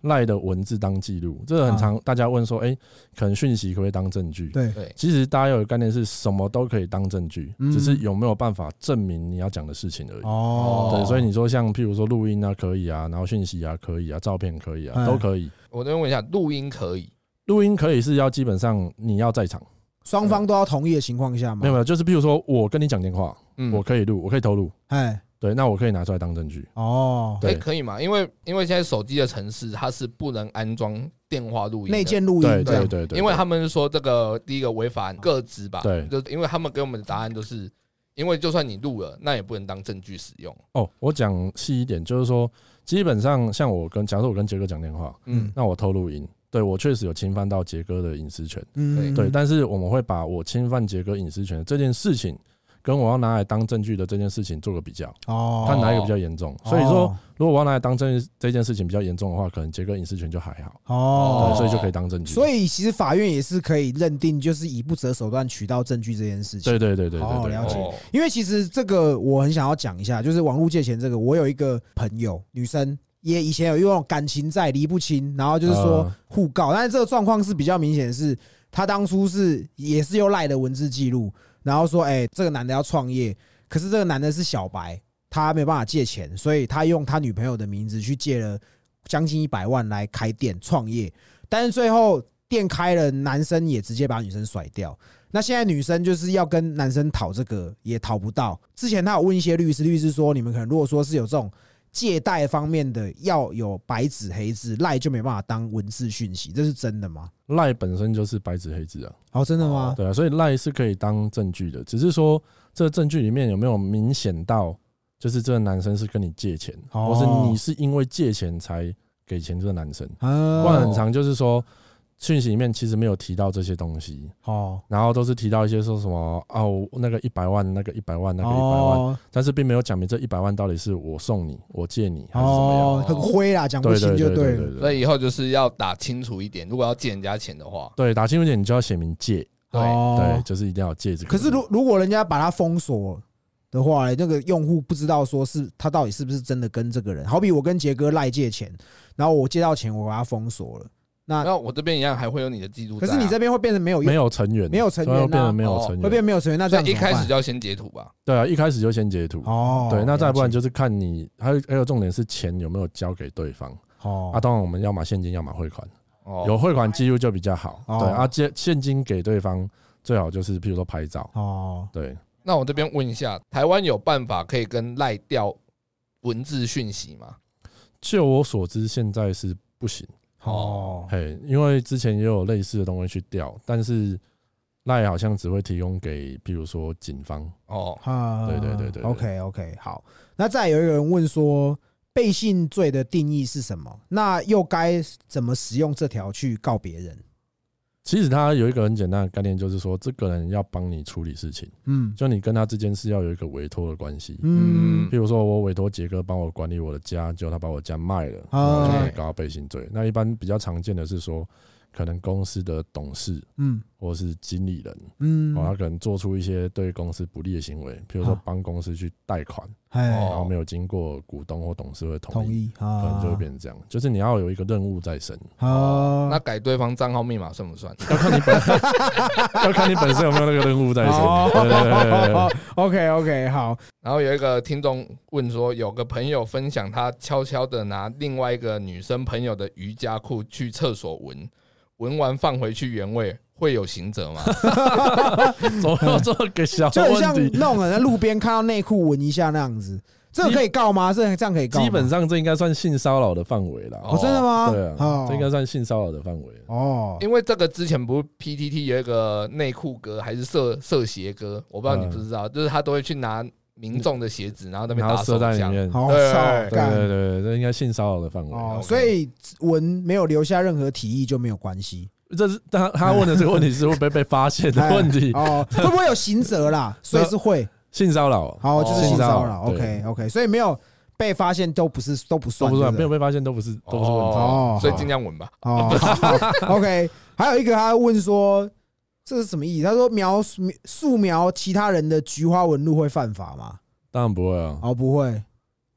赖的文字当记录，这个很常大家问说，哎、可能讯息可不可以当证据？
啊对，
对，
其实大家有个概念是什么都可以当证据，
嗯
只是有没有办法证明你要讲的事情而已。
哦，
对，所以你说像譬如说录音啊，可以啊，然后讯息啊，可以啊，照片可以
嗯
啊，都可以。
我这边问一下，录音可以？
录音可以是要基本上你要在场，
啊双方都要同意的情况下嘛，
没有没有，就是譬如说我跟你讲电话，
嗯
我可以录，我可以偷录，
哎，
对，那我可以拿出来当证据。
哦，
哎、
对
可以吗？因为因为现在手机的城市它是不能安装电话录音的
内建录
对
音这
对
样，
对对，
因为他们说这个第一个违反各自吧，
对
就是因为他们给我们的答案就是，因为就算你录了，那也不能当证据使用，
哦，我讲细一点，就是说，基本上像我跟，假设我跟杰哥讲电话，
嗯
嗯，
那我偷录音，对我确实有侵犯到杰哥的隐私权，
嗯，
对，但是我们会把我侵犯杰哥隐私权的这件事情，跟我要拿来当证据的这件事情做个比较，
哦，
看哪一个比较严重。所以说，如果我要拿来当证这件事情比较严重的话，可能杰哥隐私权就还好，
哦，
对，所以就可以当证据。
所
以，
以其实法院也是可以认定，就是以不择手段取到证据这件事情。
对对对对对
哦
对，
了解
哦
哦
因为其实这个我很想要讲一下，就是网络借钱这个，我有一个朋友，女生也以前有用感情债离不清，然后就是说
嗯
互告，但是这个状况是比较明显的是，她当初是也是用赖的文字记录，然后说，哎，这个男的要创业，可是这个男的是小白，他没有办法借钱，所以他用他女朋友的名字去借了将近一百万来开店创业，但是最后店开了，男生也直接把女生甩掉。那现在女生就是要跟男生讨这个，也讨不到。之前他有问一些律师，律师说你们可能如果说是有这种借贷方面的，要有白纸黑字，赖就没办法当文字讯息，这是真的吗？
赖本身就是白纸黑字啊，
哦，真的吗？
对啊，所以赖是可以当证据的，只是说这证据里面有没有明显到，就是这个男生是跟你借钱，
哦
或是你是因为借钱才给钱这个男生，
啊，
不然很常就是说讯息里面其实没有提到这些东西，
哦，
然后都是提到一些说什么哦那个一百万那个一百万那个一百万，
哦，
但是并没有讲明这一百万到底是我送你我借你还是怎么样，
哦，很灰啦，讲不
对
清
对
就
对对
了。
对
所
对，
以以后就是要打清楚一点，如果要借人家钱的话，
对打清楚一点你就要写明借，
对
哦
对，就是一定要有借这个
可
字。
是如如果人家把它封锁的话，那个用户不知道说是他到底是不是真的跟这个人。好比我跟杰哥赖借钱，然后我借到钱，我把它封锁了。那
那我这边一样还会有你的记录在
啊可
啊、
是你这边会变成没有用，
没有成员，
没有成员啊
所以会变成没有
哦
成员，
会变没有成员，那
所
这样
以一开始
就
就要先截图吧。
对啊，一开始就先截图。
哦，
对，那再不然
了解
就是看你，还有还有重点是钱有没有交给对方
哦
啊。当然我们要么现金，要么汇款，
哦，
有汇款记录就比较好。
哦
对啊，借现金给对方最好就是譬如说拍照，
哦
对，
那我这边问一下，台湾有办法可以跟赖掉文字讯息吗？
就我所知现在是不行，
哦
嘿，因为之前也有类似的东西去调，但是赖好像只会提供给譬如说警方，
哦，
啊
对对对对对
，OK OK，好。那再有一个人问说，背信罪的定义是什么？那又该怎么使用这条去告别人？
其实他有一个很简单的概念，就是说这个人要帮你处理事情，
嗯
就你跟他之间是要有一个委托的关系，
嗯
譬如说我委托杰哥帮我管理我的家，结果他把我家卖了，然
啊
后我就可以告背信罪。那一般比较常见的是说，可能公司的董事
嗯
或是经理人，
嗯
哦，他可能做出一些对公司不利的行为，譬如说
啊
帮公司去贷款，
哎
哦，
然后没有经过股东或董事会同
同
意，
意
可
啊，
能就会变成这样。就是你要有一个任务在身，
啊，
那改对方账号密码算不算？
要看你本要看你本身有没有那个任务在身。
哦
对对对对对 对
OK OK，好，
然后有一个听众问说，有个朋友分享他悄悄的拿另外一个女生朋友的瑜伽裤去厕所闻，闻完放回去原位，会有刑责吗？
怎么有这个小
嗯就很像
问题？
那种人在路边看到内裤闻一下那样子，这个可以告吗？这这样可以告吗？
基本上这应该算性骚扰的范围啦。
哦，真的吗？
对啊
哦，
这应该算性骚扰的范围。
哦，
因为这个之前不是 PTT 有一个内裤哥还是涉涉鞋哥，我不知道你
嗯
知不知道，就是他都会去拿民众的鞋子，然后在那边
然
打
后
手
射在里
枪。
面，
好
对
操，
对
干
对对，这应该性骚扰的范围。
哦，
OK
所以文没有留下任何提议就没有关 系。，
这是他他问的这个问题是会不会被发现的问题
哦，会不会有刑责啦？所以是会，
性骚扰
好，就是性骚扰。
哦对
OK OK，所以没有被发现都不是都不
都
算，
不算，没
对
有
不对
被发现都不是都不是问题。
哦
哦，
所以尽量稳吧。
哦。好 OK，还 有一个他问说这是什么意义？他说描述素描其他人的菊花纹路会犯法吗？
当然不会啊，
哦，不会。哦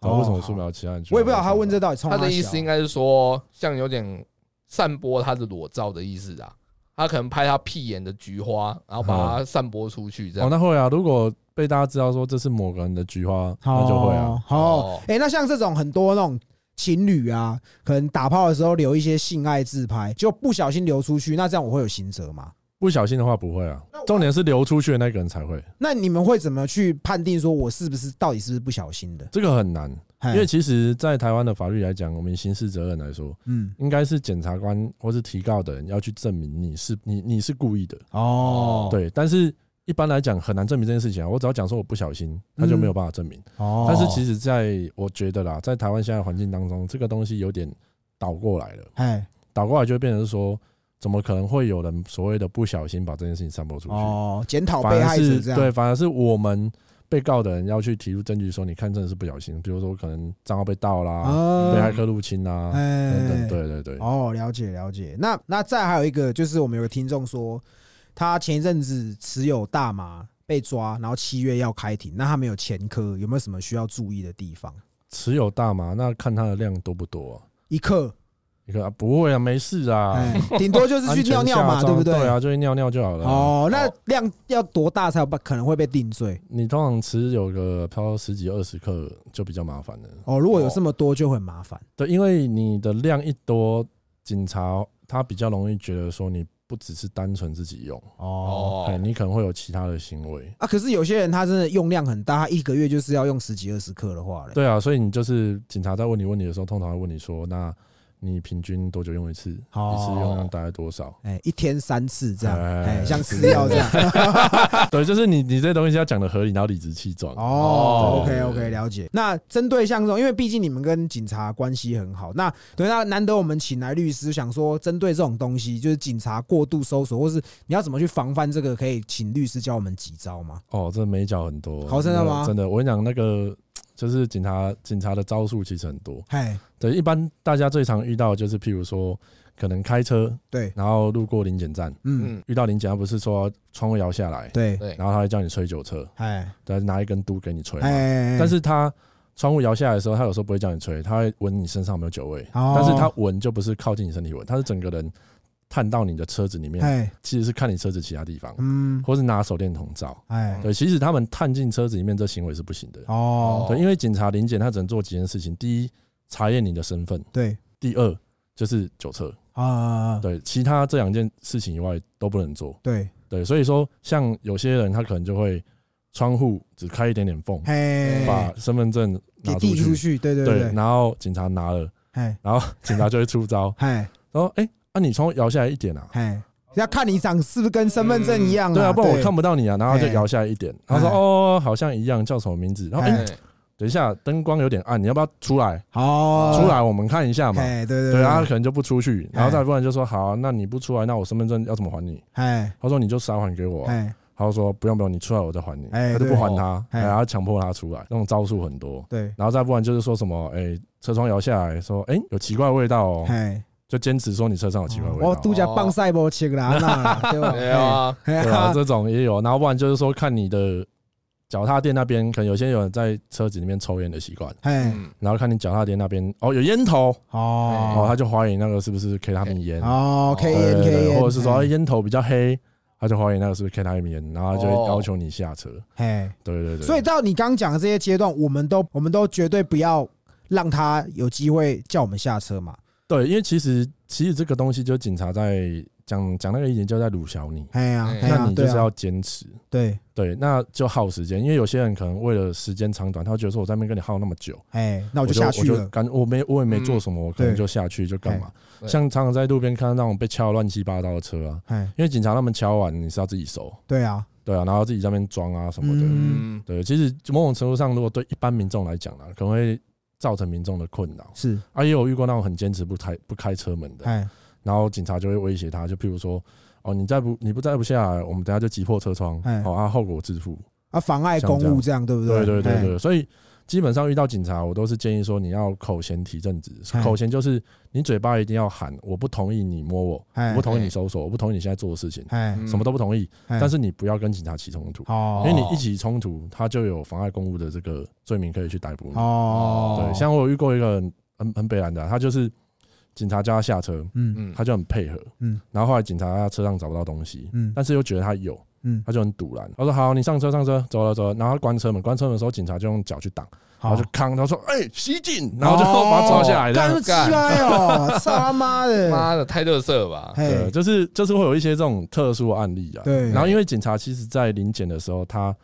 找哦为什么素描其他人去？
我也不知道他问这到底冲
他的
哪
意思
小
应该是说，像有点散播他的裸照的意思啊。他可能拍他屁眼的菊花，然后把它散播出去，这
哦，
样。
那会啊，如果被大家知道说这是某个人的菊花，那就会啊。
哦。好，哎、那像这种很多那种情侣啊，可能打炮的时候留一些性爱自拍，就不小心流出去，那这样我会有刑责吗？
不小心的话不会啊
那我，
重点是流出去的那个人才会，
那你们会怎么去判定说我是不是到底是不是不小心的？
这个很难，
因
因为其实，在台湾的法律来讲，我们刑事责任来说，
嗯
应该是检察官或是提告的人要去证明你是你你是故意的，
哦
对。但是一般来讲很难证明这件事情啊，我只要讲说我不小心，他就没有办法证明。
哦
但是其实，在我觉得啦，在台湾现在环境当中，这个东西有点倒过来了，
哎
倒过来就会变成说，怎么可能会有人所谓的不小心把这件事情散播出去？
哦，检讨
反
被
而
害者
是
这样
对，反而是我们被告的人要去提出证据说，你看真的是不小心，比如说可能账号被盗啦，
啊
被骇客入侵啦，
哎
等等，对对对，
哦，了解了解。那那再还有一个就是我们有个听众说，他前一阵子持有大麻被抓，然后七月要开庭，那他没有前科，有没有什么需要注意的地方？
持有大麻那看它的量多不多啊？
一克，
你看、啊、不会啊，没事啊，
哎，顶多就是
安
去
全
尿尿嘛，
下
对不
装对啊，就去尿尿就好了啊。
哦，那
哦
量要多大才有办可能会被定罪？
你通常持有个超十几二十克就比较麻烦了。
哦，如果有这么多就很麻烦。
对，因为你的量一多，警察他比较容易觉得说你不只是单纯自己用，
哦
哎，
哦，
你可能会有其他的行为。
啊，可是有些人他真的用量很大，他一个月就是要用十几二十克的话嘞。
对啊，所以你就是警察在问你问题的时候，通常会问你说，那你平均多久用一次？一次
哦
用量大概多少？
哎，一天三次这样，
哎
哎，像吃药这样。
对，就是你你这东西要讲的合理，然后理直气壮。
哦
哦
，OK OK，了解。那针对像这种，因为毕竟你们跟警察关系很好，那对那难得我们请来律师，想说针对这种东西，就是警察过度搜索，或是你要怎么去防范这个，可以请律师教我们几招吗？
哦，这美角很多。
好真的吗
真的，我跟你讲，那个就是警察警察的招数其实很多。
嘿，
对，一般大家最常遇到的就是，譬如说，可能开车，
对，
然后路过临检站，
嗯，
嗯，
遇到临检，他不是说窗户摇下来，
对，
对
然，后他会叫你吹酒车，
哎
他拿一根嘟给你吹嘛。
哎，
但是他窗户摇下来的时候，他有时候不会叫你吹，他会闻你身上有没有酒味，
哦
但是他闻就不是靠近你身体闻，他是整个人探到你的车子里面，
哎，
其实是看你车子其他地方，
嗯，
或是拿手电筒照。
哎，
对，其实他们探进车子里面这行为是不行的。
哦，
对，因为警察临检他只能做几件事情：第一，查验你的身份；
对
第二，就是酒测。
啊，
对，其他这两件事情以外都不能做。
对，
对，所以说像有些人他可能就会窗户只开一点点缝，
嘿，
把身份证拿
给
出
递出
去，
去，对对
对，
对，
然后警察拿了，
哎
然后 警察就会出招，
哎
然后哎、啊你窗户摇下来一点啊，
哎，要看你长是不是跟身份证一样
对啊，不然我
嗯对
看不到你啊，然后就
哎
摇下来一点，他说
哎
哦好像一样，叫什么名字？然后哎、
哎
等一下灯光有点暗，你要不要出来？
好
出来我们看一下嘛。
哎，哦对对
对，然啊后他可能就不出去，然后
哎
再不然就说好啊、那你不出来，那我身份证要怎么还你？
哎
他说你就撒还给我啊、
哎，
他就说不用不用，你出来我再还你，
哎
他就不
对
还他，
哎
哎然后强迫他出来，那种招数很多。
对，
然后再不然就是说什么，哎、车窗摇下来说，哎、有奇怪的味道哦、
哎，哦
就坚持说你车上有奇怪的味
我
道，啊
度假棒赛波切啦， 那对吧？
对啊，
对
哎，对
啊，
啊，
这种也有。然后不然就是说看你的脚踏垫那边，可能有些有人在车子里面抽烟的习惯，
哎，
嗯，
然后看你脚踏垫那边哦有烟头，哦
哦
他就怀疑那个是不是 K 他命烟，啊
哦，K
对
N
对
K
对
N，
或者是说哎烟头比较黑，他就怀疑那个是不是 K 他命烟，然后他就会
哦
要求你下车。
哎，
对对对，
所以到你刚讲的这些阶段，我们都我们都绝对不要让他有机会叫我们下车嘛。
对，因为其实其实这个东西就是警察在讲讲那个一点就在鲁小你，
哎呀，哎
那
呀，
你就
对
是
啊，
要坚持。
对，
对，那就耗时间，因为有些人可能为了时间长短，他会觉得说我在那边跟你耗那么久，
哎，那
我
我就下去
我
了
就，感我没我也没
嗯哎
做什么，我可能
对
就下去就干嘛。
对
像常常在路边看到那种被敲得乱七八糟的车啊，
哎，
因为警察他们敲完你是要自己收，
对啊，
对啊，然后自己在那边装啊什么的。
嗯，
对，其实某种程度上，如果对一般民众来讲啊呢，可能会造成民众的困扰。
是，
啊，也有遇过那种很坚持不开不开车门的，
哎，
然后警察就会威胁他，就譬如说，哦，你再不你不再不下来，我们等下就挤破车窗，
哎
好、啊，后果自负。
啊，妨碍公务这样对不
对
对
对对
哎
对，所以基本上遇到警察，我都是建议说你要口嫌体正直
哎。
口嫌就是你嘴巴一定要喊，我不同意你摸我，
哎
我不同意你搜索，我不同意你现在做的事情，
哎，
嗯
什么都不同意。
哎
但是你不要跟警察起冲突，
哦
因，为你一起冲突，他就有妨碍公务的这个罪名可以去逮捕你。
哦，
对，像我有遇过一个很很很北兰的啊，他就是警察叫他下车，
嗯
嗯，
他就很配合，
嗯
然后后来警察在他车上找不到东西，
嗯
但是又觉得他有，
嗯，
他就很堵拦，他说好，你上车上车，走了走了，然后他关车门，关车门的时候警察就用脚去挡，然
好
后就扛，他说哎袭警，然后就
哦
把他抓下来这
干
样
么鸡掰哦，操 他妈的，
妈的，太热色了吧？
对，
嘿，
就是就是会有一些这种特殊的案例啊。
哎对
然后因为警察其实在临检的时候，他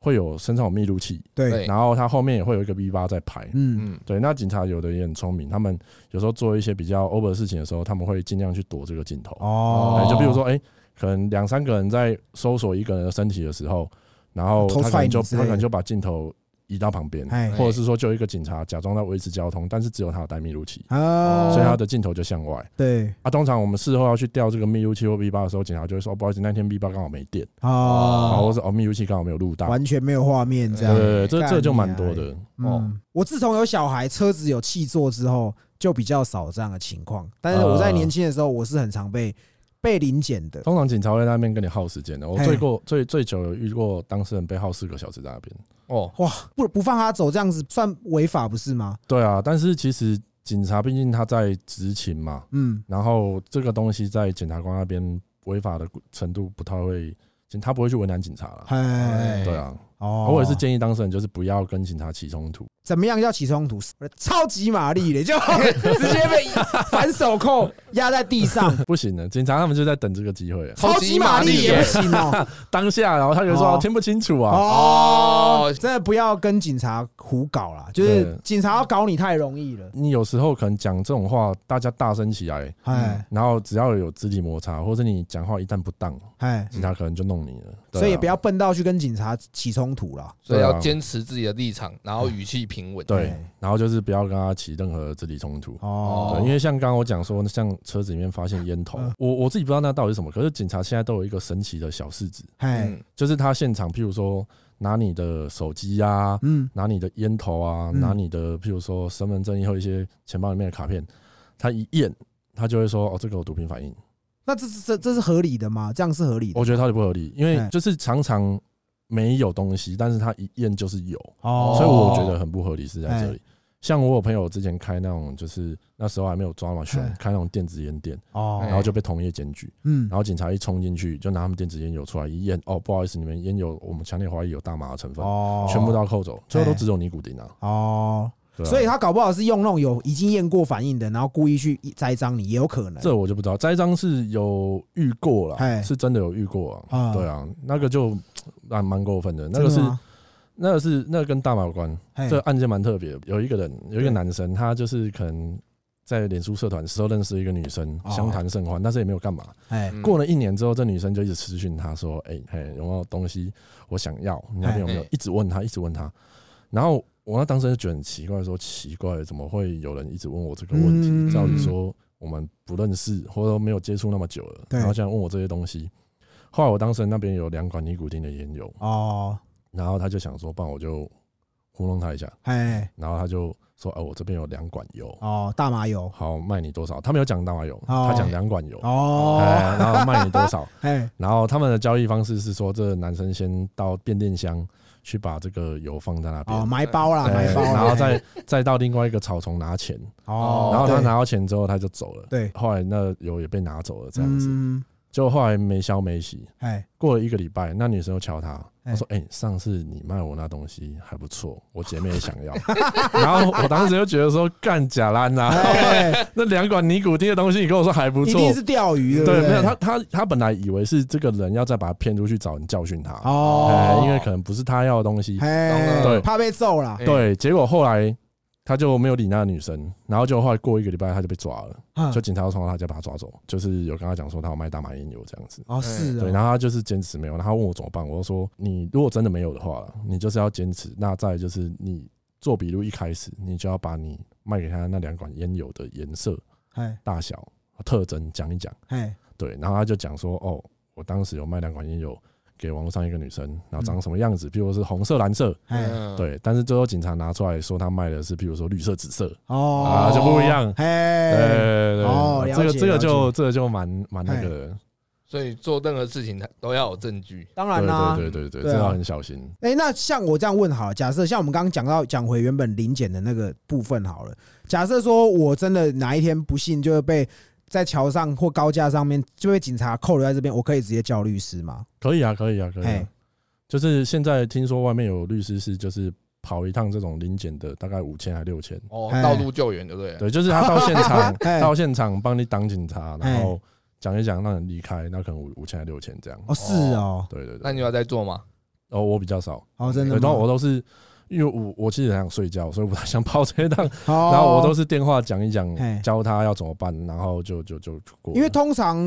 会有身上有密录器，
对，
对
哎然后他后面也会有一个 V 八在排，
嗯，
嗯，
对，那警察有的也很聪明，他们有时候做一些比较 over 的事情的时候，他们会尽量去躲这个镜头。
哦
哎，就比如说，哎、可能两三个人在搜索一个人的身体的时候，然后
哦偷
他可
踹
能
你
就
之
他
类的
可能就把镜头移到旁边，
哎
或者是说就有一个警察假装在维持交通，但是只有他有带密录器，
啊，
所以他的镜头就向外。
对，哦
啊，通常我们事后要去调这个密录器或 V 八的时候，警察就会说，哦不好意思，那天 V 八刚好没电，
哦，
然后或者是哦密录器刚好没有录到。
完全没有画面这
对
样
对，对，这
干
这就
你
蛮
啊
多的。
哦
嗯，我自从有小孩，车子有气座之后，就比较少这样的情况。但是我在年轻的时候，我是很常被被临检的。
通常警察会在那边跟你耗时间的。我
嘿
最过最最久有遇过当事人被耗四个小时在那边。
哦，
哇，不不放他走，这样子算违法不是吗？
对啊，但是其实警察毕竟他在执勤嘛，
嗯，
然后这个东西在检察官那边违法的程度不太会，他不会去为难警察啦。
哎，
对啊，
哦，
我也是建议当事人就是不要跟警察起冲突。
怎么样叫起冲突？超级玛丽嘞，就 直接被反手扣压在 地上，
不行的，警察他们就在等这个机会啊，
超级玛丽也不 行哦。
当下然后他可能说
哦
哦听不清楚啊，
哦
哦，
真的不要跟警察胡搞啦，就是
对
警察要搞你太容易了。
你有时候可能讲这种话，大家大声起来，
哎
然后只要有肢体摩擦，或者你讲话一旦不当，
哎，
警察可能就弄你了。嗯对啊
所以也不要笨到去跟警察起冲突啦。
所以
对
要
啊
坚持自己的立场，然后语气平稳。
对
哎，
然后就是不要跟他起任何肢体冲突。
哦
对，因为像刚刚我讲说，像车子里面发现烟头
嗯，
我我自己不知道那到底是什么，可是警察现在都有一个神奇的小试纸，
哎，
嗯，
就是他现场，譬如说拿你的手机啊，
嗯，
拿你的烟头啊，
嗯
拿你的譬如说身份证或一些钱包里面的卡片，他一验，他就会说哦，这个有毒品反应。
那这是这这是合理的吗？这样是合理的
我觉得他就不合理，因为
哎
就是常常没有东西，但是他一验就是有，
哦哎
所以我觉得很不合理是在这里。像我有朋友之前开那种，就是那时候还没有抓嘛，选
哎
开那种电子烟店，
哦
哎
然后就被同业检举，
嗯
然后警察一冲进去就拿他们电子烟油出来一验，哦，不好意思，你们烟油我们强烈怀疑有大麻的成分，
哦
全部都要扣走，最后都只有尼古丁啊。
哦，
对啊
所以他搞不好是用那种有已经验过反应的，然后故意去栽赃你，也有可能。
这我就不知道，栽赃是有遇过
哎
了，是真的有遇过
啊
啊，对啊，那个就蛮蛮过分的，那个是
真的吗哎
那个是那个跟大麻有关，
嘿
这个案件蛮特别的。有一个人，有一个男生，他就是可能在脸书社团时候认识一个女生，
哦
相谈甚欢，但是也没有干嘛。
哎
嗯
过了一年之后，这女生就一直私讯他说：“哎、嘿，有没有东西我想要？你那边有没有
嘿？”
一直问他，一直问他。然后我那当时就觉得很奇怪，说奇怪，怎么会有人一直问我这个问题？
嗯
照理说我们不认识，或者说没有接触那么久了，
对
然后竟然问我这些东西。后来我当时那边有两管尼古丁的烟油，
哦
然后他就想说，不然我就糊弄他一下。
哎
然后他就说：“哦，我这边有两管油，
哦大麻油
好卖你多少？”他没有讲大麻油，
哦
他讲两管油，
哦
哎，然后卖你多少？
哎
然后他们的交易方式是说，这个男生先到变电箱去把这个油放在那
哦
边，
埋包啦
对
埋包啦，
然后
哎
再 再到另外一个草丛拿钱，
哦，
然后他
对
拿到钱之后他就走了。
对
后来那油也被拿走了，这样子。
嗯
结果后来没消没息，
哎，
过了一个礼拜，那女生又敲他，
哎
他说：“哎、上次你卖我那东西还不错，我姐妹也想 要。”然后我当时就觉得说：“干假烂呐、
哎
那两管尼古丁的东西，你跟我说还不
一
错
定是钓鱼，不
对，
对
没有他，他他本来以为是这个人要再把他骗出去找人教训他，
哦
哎，因为可能不是他要的东西。
哎，
对
怕被揍了
哎
对，结果后来他就没有理那个女生，然后就后来过一个礼拜他就被抓了，
啊
就警察从他家把他抓走，就是有跟他讲说他有卖大麻烟油这样子。
哦，是
对，
啊，
然后他就是坚持没有，然后他问我怎么办，我就说你如果真的没有的话，你就是要坚持。那再来就是你做笔录一开始，你就要把你卖给他那两管烟油的颜色、
哎
大小、特征讲一讲。
哎
对，然后他就讲说，哦，我当时有卖两款烟油给网络上一个女生，然后
嗯
长什么样子，譬如是红色、蓝色，
哎，
嗯，
对，但是最后警察拿出来说他卖的是，譬如说绿色、紫色，
哦
啊，就不一样。对对
哎，
对对
哦
对这个
了解
这个
了解
就这个就蛮蛮那个的，
所以做任何事情他都要有证据。
当然啦，
对对对对对，
对啊
这要很小心。
哎、那像我这样问好了，假设像我们刚刚讲到讲回原本零检的那个部分好了，假设说我真的哪一天不幸就是被在桥上或高架上面就被警察扣留在这边，我可以直接叫律师吗？
可以啊，可以啊，可以
哎
啊。就是现在听说外面有律师是就是跑一趟这种临检的，大概五千还六千。
哦，
哎，
道路救援，对不对？
对，就是他到现场
哎
到现场帮你挡警察，
哎
然后讲一讲，让你离开，那可能五五千还六千这样。
哦，是哦，
对对对，
那你有在做吗？
哦，我比较少，
哦，真
对，
的
然后
吗？
我都是因为我我其实很想睡觉，所以我不太想跑这一趟，
好
然后我都是电话讲一讲
哎，
教他要怎么办，然后就就就就过了。
因为通常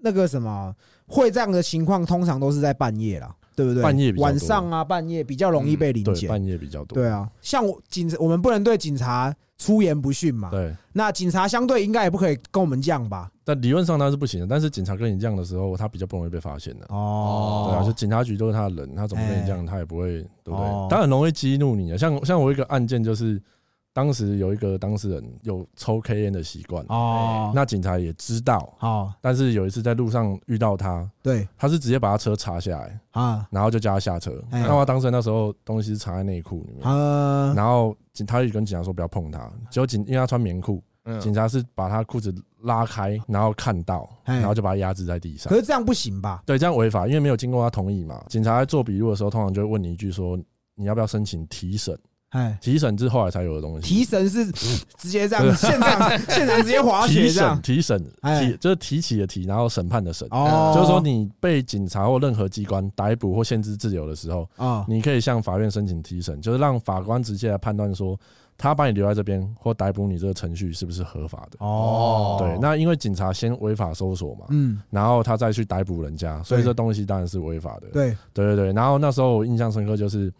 那个什么会这样的情况，通常都是在半夜啦，对不对？
半夜比较多嗯
晚上啊，半夜比较容易被临
对
检。
半夜比较多，
对啊，像我警，我们不能对警察出言不逊嘛。
对，
那警察相对应该也不可以跟我们犟吧？
但理论上他是不行的，但是警察跟你这样的时候，他比较不容易被发现的。
哦，
对啊，就警察局都是他的人，他怎么跟
哎
你这样，他也不会，对不
哦
对？他很容易激怒你啊。像像我一个案件就是，当时有一个当事人有抽 K 烟的习惯，
哦，
那警察也知道，
好，
但是有一次在路上遇到他，
对
他是直接把他车查下来，
啊
然后就叫他下车。
哎
那他当时那时候东西是藏在内裤里面，
啊，
然后警他就跟警察说不要碰他，结果警因为他穿棉裤，警
嗯，
察是把他裤子拉开，然后看到，
哎
然后就把他压制在地上
可。是这样不行吧？
对，这样违法，因为没有经过他同意嘛。警察在做笔录的时候，通常就会问你一句说你要不要申请提审？
哎，
提审是后来才有的东西。
提神是直接这样，现场现场直接滑
提
雪这
审
样，
提审
哎
提就是提起的提，然后审判的审。
哦，
就是说你被警察或任何机关逮捕或限制自由的时候，
啊，
你可以向法院申请提审，就是让法官直接来判断说，他把你留在这边或逮捕你这个程序是不是合法的。
哦，
对，那因为警察先违法搜索嘛，
嗯，
然后他再去逮捕人家，所以
对
这东西当然是违法的。
对，
对对对。然后那时候我印象深刻，就是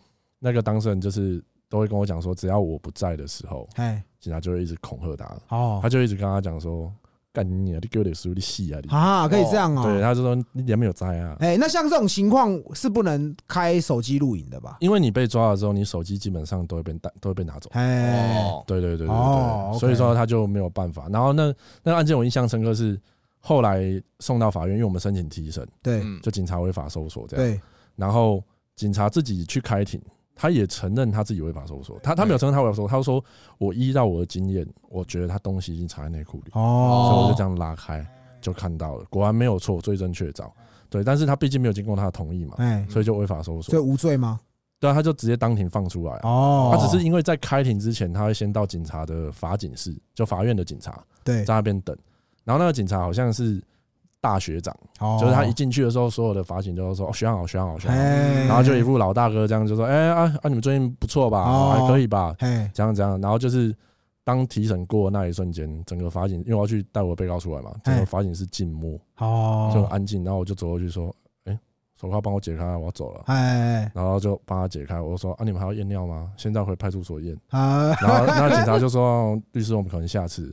那个当事人就是都会跟我讲说，只要我不在的时候，
哎，
警察就会一直恐吓他，
哦
他就一直跟他讲说，干你啊，你给我点书，你戏啊你。
啊，可以这样哦，
对，他就说你也没有在啊。
哎，那像这种情况是不能开手机录影的吧？
因为你被抓了之后，你手机基本上都会被带，都会被拿走。
哎，
哦，
对对对对
哦
对，
，OK
所以说他就没有办法。然后那那个案件我印象深刻是后来送到法院，因为我们申请提审，
对
嗯，
就警察违法搜索这样。
对，
然后警察自己去开庭，他也承认他自己违法搜索，他他没有承认他违法搜索，他说我依照我的经验，我觉得他东西已经藏在内裤里，所以我
哦
就这，样拉开就看到了，果然没有错，罪证确凿。对，但是他毕竟没有经过他的同意嘛，
哎，
所以就违法搜索
所以。无罪吗？
对啊，他就直接当庭放出来啊。
哦，
他只是因为在开庭之前，他会先到警察的法警室，就法院的警察
对，
在那边等。然后那个警察好像是大学长，就是他一进去的时候，所有的法警都说：“哦，学长好，学长好，学长好。”
哦哎，
然后就一副老大哥这样就说：“哎啊啊，你们最近不错吧？
哦
还可以吧？
哎，
怎样怎样？”然后就是当提审过的那一瞬间，整个法警因为我要去带我的被告出来嘛，整
哎
个法警是静默，就啊很
哦，
安静。然后我就走过去说：“哎，手铐帮我解开，我要走了。”
哎，
然后就帮他解开，我就说：“啊，你们还要验尿吗？现在回派出所验。”
啊，
然后那警察就说：“律师，我们可能下次。”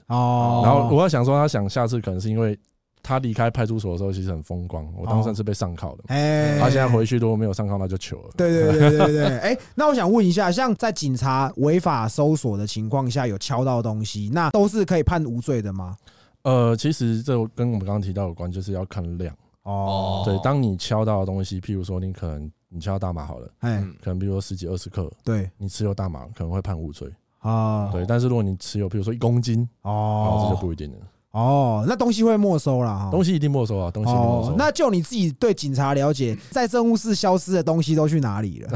哦，
然后我在想说，他想下次可能是因为他离开派出所的时候其实很风光，我当
哦
时是被上铐的嘛。
哎，
他现在回去如果没有上铐，那就糗了。
对对对对对对，哎、那我想问一下，像在警察违法搜索的情况下有敲到东西，那都是可以判无罪的吗？
呃，其实这跟我们刚刚提到有关，就是要看量。
哦，
对，当你敲到的东西，譬如说你可能你敲到大麻好了，
哎、
嗯
可能比如说十几二十克，
对
你持有大麻可能会判无罪。
啊，
对，但是如果你持有譬如说一公斤，
哦，
哦，这就不一定了。
哦，那东西会没收啦。哈
东西一定没收啊，东西一定没
哦
收。，
那就你自己对警察了解，在政务室消失的东西都去哪里了？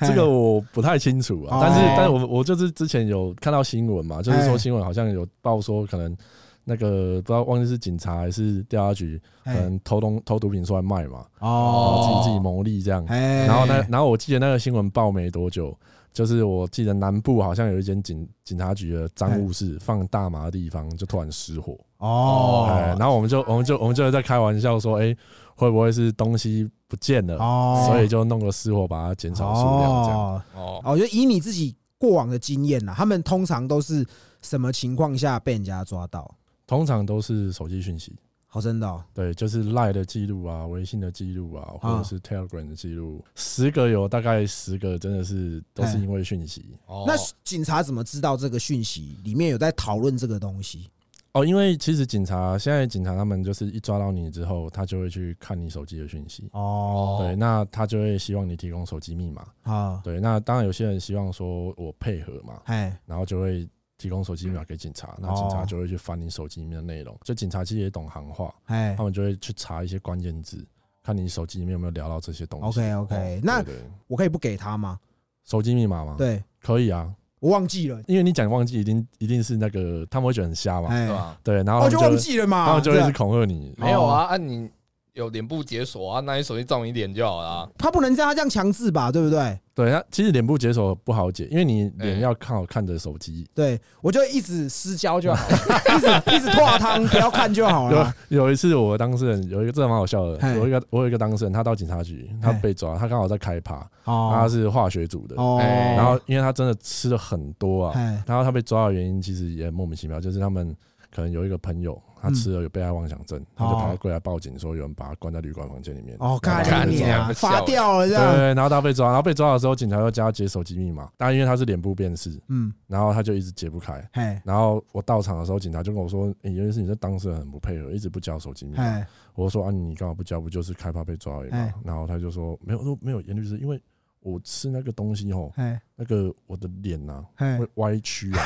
这个我不太清楚
哎
啊，
哦
但是但是我我就是之前有看到新闻嘛，就是
哎
说新闻好像有报说可能那个不知道忘记是警察还是调查局， 可
哎
能偷东偷毒品出来卖嘛，然后自
哦，
己自己牟利这样。
哎
然后呢，然后我记得那个新闻报没多久，就是我记得南部好像有一间警警察局的赃物室放大麻的地方就突然失火，哎，
哦
然后我们就我们就我们就在开玩笑说，哎，会不会是东西不见了，
哦，
所以就弄个失火把它减少数量这样。
哦
哦，
哦，就以你自己过往的经验啊啦，他们通常都是什么情况下被人家抓到？
通常都是手机讯息，
好，真的哦
对，就是赖的记录啊，微信的记录啊，
啊
或者是 Telegram 的记录，十个有大概十个真的是都是
哎
因为讯息
哦
那警察怎么知道这个讯息里面有在讨论这个东西？
哦，因为其实警察现在警察他们就是一抓到你之后，他就会去看你手机的讯息。
哦
对，那他就会希望你提供手机密码。
啊，
对，那当然有些人希望说我配合嘛，
哎，
然后就会提供手机密码给警察，那警察
哦
就会去翻你手机里面的内容。就警察其实也懂行话，
哎
他们就会去查一些关键字，看你手机里面有没有聊到这些东西。
，OK
哦
OK，那
对对
我可以不给他吗？
手机密码吗？，
对
可以啊，
我忘记了，
因为你讲忘记，一定一定是那个他们会觉得很瞎嘛，
哎
对，吧？
对，然后
我
他
就
们
忘
就
记了啊嘛，
他们就会
这
是
样
恐吓你，
哎
没有
哦
啊，按你有脸部解锁啊，那你手机照你脸就好啊啦。
他不能这样他这样强制吧，对不对？
对，那其实脸部解锁不好解，因为你脸
哎
要靠看着手机，
对我就一直私交就 好了，一直一直拓汤，不要看就好了。
有有一次，我当事人有一个这蛮好笑的
嘿，
有一个我有一个当事人，他到警察局，他被抓，他刚好在开趴，他
哎哦
是化学组的，
哦，
哎
啊然后因为他真的吃了很多啊，
哎
然后他被抓的原因其实也莫名其妙，就是他们可能有一个朋友他吃了有被害妄想症，他就跑过来报警说有人把他关在旅馆房间里面，
哦，
然后
看
把他
干
被
你
抓
娘
啊，罚掉了这
对，
样，
然后他被抓，然后被抓的时候，警察又叫他解手机密码，但因为他是脸部辨识，
嗯，
然后他就一直解不开。
嘿，
然后我到场的时候，警察就跟我说：“欸、有件事你这当事人很不配合，一直不交手机密码。”
嘿，
我说啊，你干嘛不交？不就是开发被抓而已
哎
嘛。然后他就说没有，我说没有，严律师，因为我吃那个东西吼，
嘿，
那个我的脸呐、
嘿
会，歪曲啊，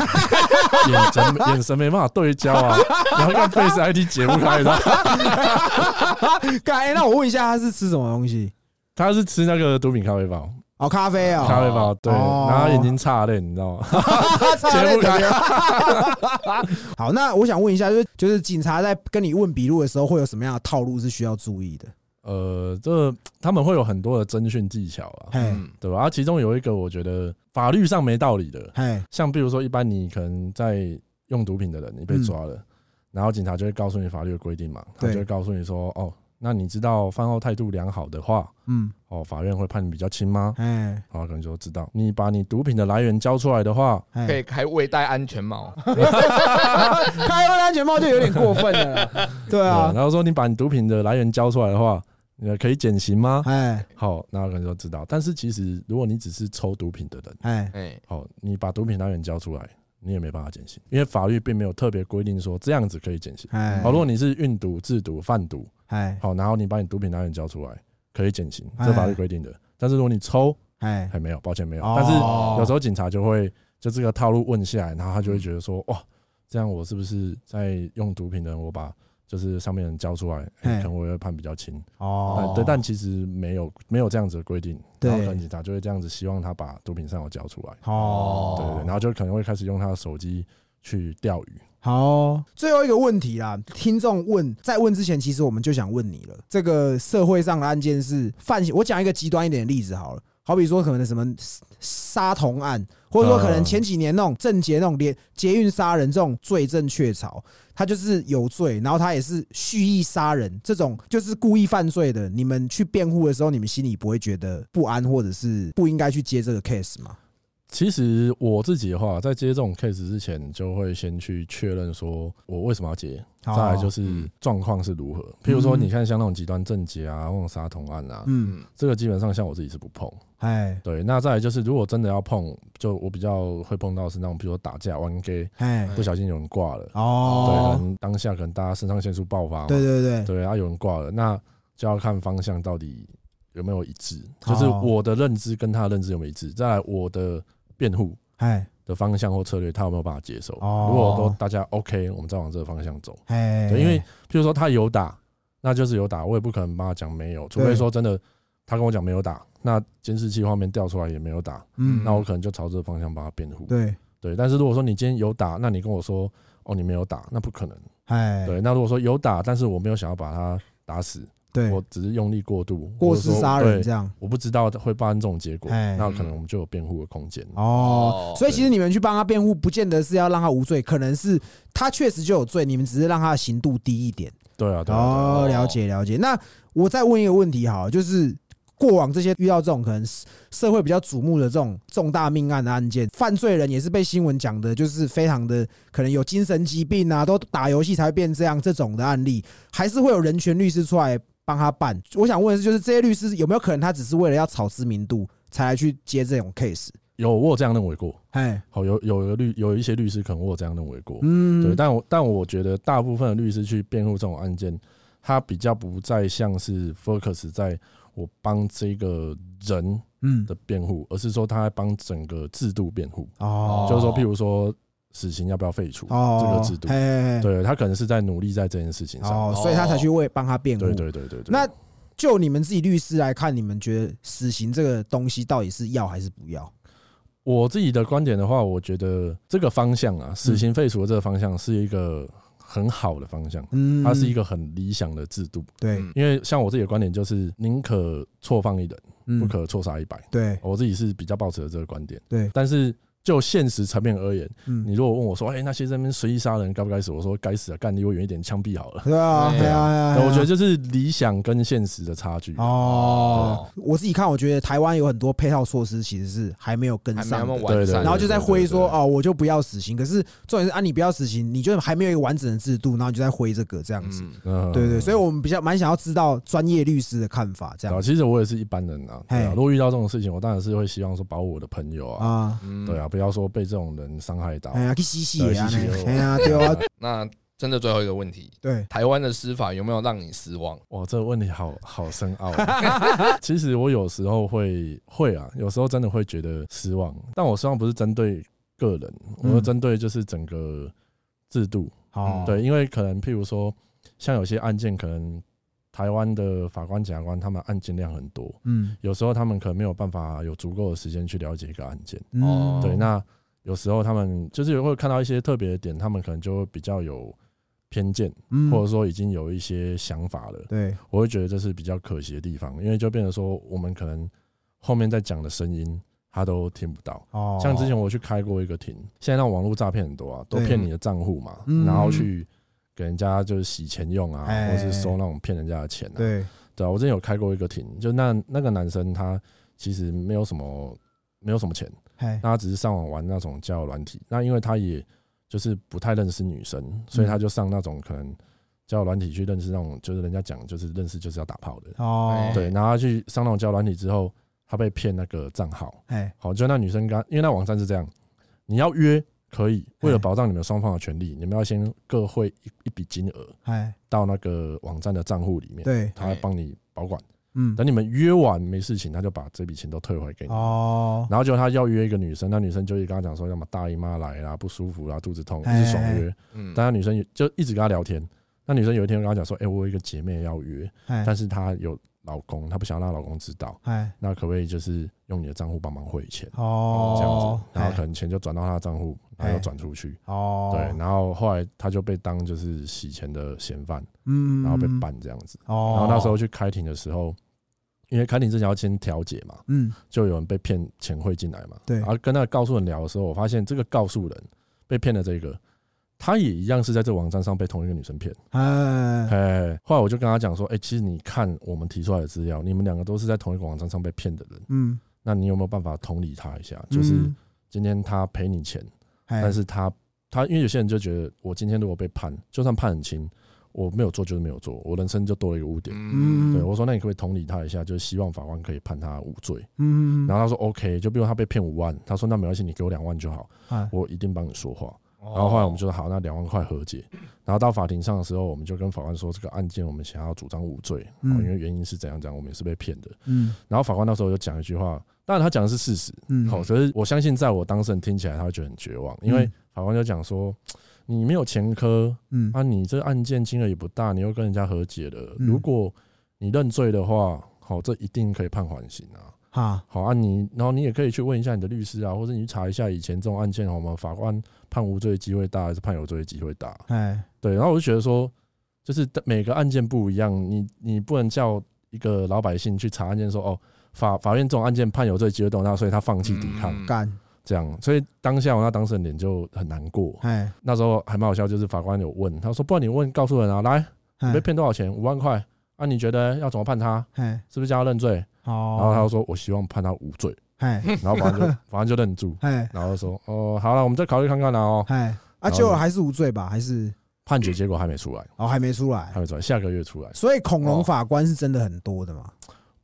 眼神眼神没办法对焦啊，然后看 Face ID 解不开的。
干哎，那我问一下，他是吃什么东西？
他是吃那个毒品咖啡包，
哦，咖啡哦，
咖啡包对，
哦
然后眼睛差泪，你知道吗？
解不开。好，那我想问一下，就是就是警察在跟你问笔录的时候，会有什么样的套路是需要注意的？
呃，这他们会有很多的侦讯技巧啊，
嘿，
嗯，
对吧？啊，其中有一个我觉得法律上没道理的，
嘿，
像比如说，一般你可能在用毒品的人，你被抓了，然后警察就会告诉你法律的规定嘛，他
嗯对
就会告诉你说，哦，那你知道饭后态度良好的话，
嗯，
哦，法院会判你比较轻吗？
嘿，
然啊后可能就知道，你把你毒品的来源交出来的话，
可以
嘿，
开未戴安全帽，啊
开安全帽就有点过分了啦，对啊
对，然后说你把你毒品的来源交出来的话，呃，可以减刑吗？
哎，
好，那可能就知道。但是其实如果你只是抽毒品的人，
哎，
哎，
好，你把毒品来源交出来，你也没办法减刑，因为法律并没有特别规定说这样子可以减刑。
哎，
好，如果你是运毒、制毒、贩毒，
哎，
好，然后你把你毒品来源交出来，可以减刑，
哎
这法律规定的。但是如果你抽，
哎，
还没有，抱歉没有。
哦
但是有时候警察就会就这个套路问下来，然后他就会觉得说，
嗯
哇，这样我是不是在用毒品的人，我把就是上面人交出来，
哎
欸可能我也会判比较轻。
哦
但对，但其实没有没有这样子的规定，
对
然后可能警察就会这样子希望他把毒品上有交出来，
哦
对对对，然后就可能会开始用他的手机去钓鱼。
好，最后一个问题啦，听众问，在问之前，其实我们就想问你了。这个社会上的案件是犯行，我讲一个极端一点的例子好了，好比说可能什么杀童案，或者说可能前几年那种郑捷那种连捷运杀人这种罪证确凿，他就是有罪，然后他也是蓄意杀人，这种就是故意犯罪的。你们去辩护的时候，你们心里不会觉得不安，或者是不应该去接这个 case 吗？
其实我自己的话，在接这种 case 之前，就会先去确认说我为什么要接，再来就
哦
是
嗯
状况是如何。譬如说，
嗯
你看像那种极端症结啊，那种杀童案啊，
嗯，
嗯，
这个基本上像我自己是不碰。
哎
对，那再来就是，如果真的要碰，就我比较会碰到是那种，比如说打架、玩 gay，
哎
不小心有人挂了，对，可
哦，
能当下可能大家肾上腺素爆发嘛，
对对对。
对啊，有人挂了，那就要看方向到底有没有一致，就是
哦
我的认知跟他的认知有没有一致，再来我的辩护。
哎，
的方向或策略，他有没有办法接受？
哦
如果都大家 OK，我们再往这个方向走。
哎，
对，因为譬如说他有打，那就是有打，我也不可能帮他讲没有，除非
对
说真的他跟我讲没有打，那监视器画面调出来也没有打，
嗯
那我可能就朝这个方向帮他辩护。
对，
对，但是如果说你今天有打，那你跟我说哦你没有打，那不可能。
哎，
对，那如果说有打，但是我没有想要把他打死，
对
我，只是用力过度，
过
或者
失
说
杀人这
对
样
我不知道会发生这种结果，
哎
那可能我们就有辩护的空间。
哦
哦。
所以其实你们去帮他辩护，不见得是要让他无罪，可能是他确实就有罪，你们只是让他的刑度低一点。
对啊，对啊，对啊
哦，
对
了解了解。那我再问一个问题，好了，就是过往这些遇到这种可能社社会比较瞩目的这种重大命案的案件，犯罪人也是被新闻讲的，就是非常的可能有精神疾病啊，都打游戏才会变这样这种的案例，还是会有人权律师出来帮他办。我想问的是，就是这些律师有没有可能他只是为了要炒知名度才来去接这种 case？
有我有这样认为过。
哎，
好，有有一个律有一些律师可能我有这样认为过，对，
嗯，
但我但我觉得大部分的律师去辩护这种案件，他比较不再像是 focus 在我帮这个人
嗯，
的辩护，而是说他在帮整个制度辩护，
哦，
就是说，譬如说死刑要不要废除
哦
这个制度，
嘿嘿嘿
对他可能是在努力在这件事情上，
哦，所以他才去为帮他辩护
对。对对对对。
那就你们自己律师来看，你们觉得死刑这个东西到底是要还是不要？
我自己的观点的话，我觉得这个方向啊，
嗯
死刑废除的这个方向是一个很好的方向，
嗯
它是一个很理想的制度。
对，
嗯
因为像我自己的观点就是，宁可错放一人，
嗯
不可错杀一百。
对
我自己是比较抱持的这个观点。
对
但是就现实层面而言，
嗯
你如果问我说，哎，那些在那边随意杀人该不该死？我说该死啊，干离我远一点，枪毙好了。
对啊，
对啊
对啊，对啊
我觉得就是理想跟现实的差距。
哦，
啊
我自己看，我觉得台湾有很多配套措施其实是还没有跟
还没那
上
么
的。
完
对对
善，
对
然后就在挥说
对对对
哦，我就不要死刑。可是重点是啊，你不要死刑，你就还没有一个完整的制度，然后你就在挥这个这样子。
嗯，
嗯，
对对，所以我们比较蛮想要知道专业律师的看法，这
对啊，
样
其实我也是一般人啊。对啊
嘿
如果遇到这种事情，我当然是会希望说保护我的朋友啊，
啊，
嗯
对啊，，不要说被这种人伤害到。
哎呀，去吸吸也啊，
对吸吸哦
哎呀，对啊，
那真的最后一个问题，
对，
台湾的司法有没有让你失望？
哇，这个问题好好深奥 啊。其实我有时候会会啊，有时候真的会觉得失望，但我失望不是针对个人，我是针对就是整个制度。
好，
对，因为可能譬如说，像有些案件，可能台湾的法官、检察官他们案件量很多，
嗯，
有时候他们可能没有办法有足够的时间去了解一个案件。
嗯
哦
对，那有时候他们就是会看到一些特别的点，他们可能就会比较有偏见，
嗯
或者说已经有一些想法了。
对，
我会觉得这是比较可惜的地方，因为就变成说我们可能后面在讲的声音他都听不到。
哦，
像之前我去开过一个庭，现在那种网络诈骗很多啊，都
对
骗你的账户嘛
嗯，
然后去给人家就是洗钱用啊，
哎
或是收那种骗人家的钱啊。
对，
对啊，我之前有开过一个庭，就那那个男生他其实没有什么没有什么钱，
哎，
那他只是上网玩那种交友软体，那因为他也就是不太认识女生，所以他就上那种可能交友软体去认识那种，就是人家讲就是认识就是要打炮的，
哦，
对，然后他去上那种交友软体之后，他被骗那个账号，
哎，
好，就那女生刚，因为那网站是这样，你要约可以，为了
哎
保障你们双方的权利，你们要先各汇一一笔金额
哎，
到那个网站的账户里面，
对，
他会帮你保管，
嗯，
等你们约完没事情，他就把这笔钱都退回给你。
哦，
然后结果他要约一个女生，那女生就一直跟他讲说，要么大姨妈来啦，不舒服啦，肚子痛，一
哎
直爽约。
嗯，
但那女生也就一直跟他聊天。那女生有一天跟他讲说，哎，我有一个姐妹要约，
哎，
但是她有老公，她不想让她老公知道，
哎，
那可不可以就是用你的账户帮忙汇钱？这样
哦
子，，
哎
然后可能钱就转到他的账户，然后又转出去。
哦，
对，然后后来他就被当就是洗钱的嫌犯，
嗯，
然后被，办这样子。
哦，
然后那时候，去开庭的时候，因为开庭之前要先调解嘛，
嗯，
就有人被骗钱汇进来嘛。
对
然后跟那个告诉人聊的时候，我发现这个告诉人被骗的这个，他也一样是在这网站上被同一个女生骗。
哎，
哎，后来我就跟他讲说，哎，其实你看我们提出来的资料，你们两个都是在同一个网站上被骗的人，
嗯，
那你有没有办法同理他一下？就是今天他赔你钱。
哎，
但是他他因为有些人就觉得，我今天如果被判，就算判很轻，我没有做就是没有做，我人生就多了一个污点。
嗯，
对我说，那你可不可以同理他一下，就是希望法官可以判他无罪。
嗯，
然后他说 OK，就比如他被骗五万，他说那没关系，你给我两万就好，
哎，
我一定帮你说话。
然
哦
然后后来我们就说好，那两万块和解。然后到法庭上的时候，我们就跟法官说，这个案件我们想要主张无罪，哦
嗯
因为原因是怎样怎样，我们也是被骗的。
嗯，
然后法官那时候就讲一句话，当然他讲的是事实，
嗯，
好，所以我相信在我当事人听起来他会觉得很绝望，因为法官就讲说。你没有前科
嗯
啊，你这案件金额也不大，你又跟人家和解了。
嗯
如果你认罪的话，好，这一定可以判缓刑啊。
哈，
好啊你，然后你也可以去问一下你的律师啊，或者你去查一下以前这种案件，好吗？法官判无罪的机会大还是判有罪的机会大？
哎，
对，然后我就觉得说，就是每个案件不一样，你你不能叫一个老百姓去查案件说哦，法法院这种案件判有罪机会多，那所以他放弃抵抗，
嗯
干，
这样，所以当下我那当事人脸就很难过。
哎，
那时候还蛮好笑，就是法官有问他说，不然你问告诉人啊，来你被
哎，
骗多少钱？五万块啊？你觉得要怎么判他？
哎，
是不是叫他认罪？然后他
哦，
就说，我希望判他无罪。
哎，
然后法官就法官就愣住，
哎，
然后说：“哦，好了，我们再考虑看看啦哦。
哎，啊，
然后
结果还是无罪吧？还是
判决结果还没出来，
哦，还没出来
还。没出来，下个月出来。
所以恐龙
哦
法官是真的很多的嘛？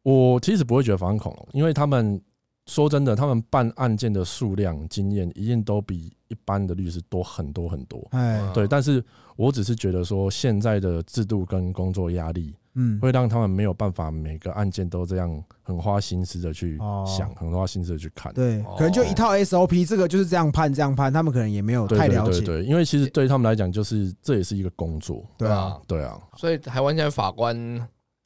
我其实不会觉得法官恐龙，因为他们说真的，他们办案件的数量、经验一定都比一般的律师多很多很多。
哎，
嗯
对，但是我只是觉得说，现在的制度跟工作压力
嗯，
会让他们没有办法每个案件都这样很花心思的去
哦
想，很花心思的去看。
对
哦，
可能就一套 SOP，这个就是这样判，这样判，他们可能也没有
对
太
对
了
对
解，
对，因为其实对他们来讲，就是这也是一个工作。
对啊，，
对啊，
所以台湾现在法官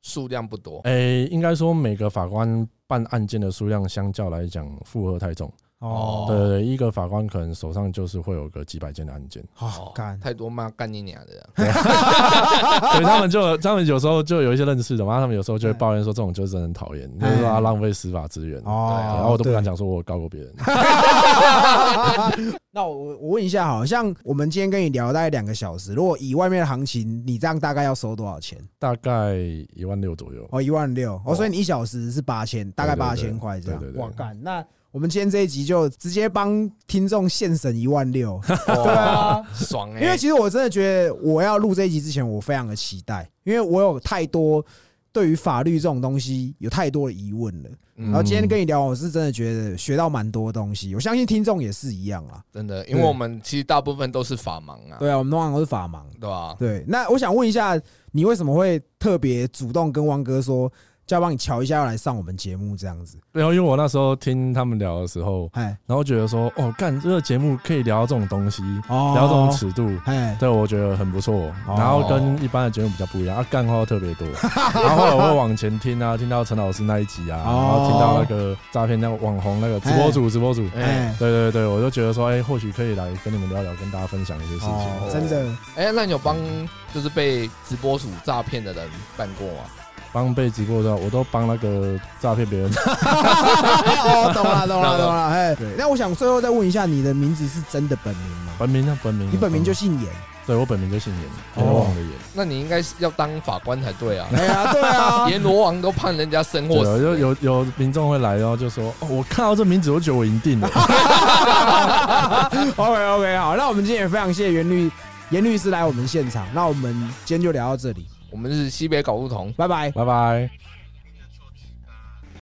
数量不
哎
多，
诶、应该说每个法官办案件的数量相较来讲负荷太重。
哦
对、一个法官可能手上就是会有个几百件的案件，
好干，
太多骂干你娘的人，
所以他们就他们有时候就有一些认识的嘛，他们有时候就会抱怨说这种就是真的很讨厌，就是说他浪费司法资源。对
哦，
然后我都不敢
对。啊
讲说我有告过别人。
那我我问一下好，像我们今天跟你聊大概两个小时，如果以外面的行情，你这样大概要收多少钱？
大概一万六左右。
哦，一万六哦，
哦
所以你一小时是八千，大概
对对
八
对
千块这样
对。对对
哇，干！那我们今天这一集就直接帮听众现省一万六， 对啊，
爽哎、
因为其实我真的觉得我要录这一集之前，我非常的期待，因为我有太多对于法律这种东西有太多的疑问了。
嗯
然后今天跟你聊，我是真的觉得学到蛮多东西，我相信听众也是一样啊。
真的，因为我们其实大部分都是法盲啊，
对啊，我们通常都是法盲。
对吧？
对，那我想问一下，你为什么会特别主动跟汪哥说，叫帮你瞧一下要来上我们节目这样子？
然后因为我那时候听他们聊的时候，
哎，
然后觉得说，哦，干这个节目可以聊到这种东西，
哦
聊到这种尺度，
哎，
对，我觉得很不错。
哦
然后跟一般的节目比较不一样，啊，干话特别 多。然后后来我会往前听啊，听到陈老师那一集啊，
哦
然后听到那个诈骗那个网红那个直播主，直播主。
哎、
哎，
对对对，我就觉得说，哎，或许可以来跟你们聊聊，跟大家分享一些事
哦，
情。
真的，
哎、那你有帮就是被直播主诈骗的人办过吗？
帮被直播的，我都帮那个诈骗别 人。
哦，懂了，懂了，懂了，哎，对。那我想最后再问一下，你的名字是真的本名吗？
本名啊，本名啊，
你本名就姓严？
对我本名就姓严，
哦
阎罗王的严。
那你应该是要当法官才对 啊！
哎呀，对 啊，
阎罗王都判人家生
对
或
啊，
死、欸
就有有民众会来，然后就说，哦，我看到这名字，我就觉得我赢 定了。
OK OK，好，那我们今天也非常谢谢袁律严律师来我们现场，那我们今天就聊到这里，
我们是西北搞不同。
拜拜。
拜拜。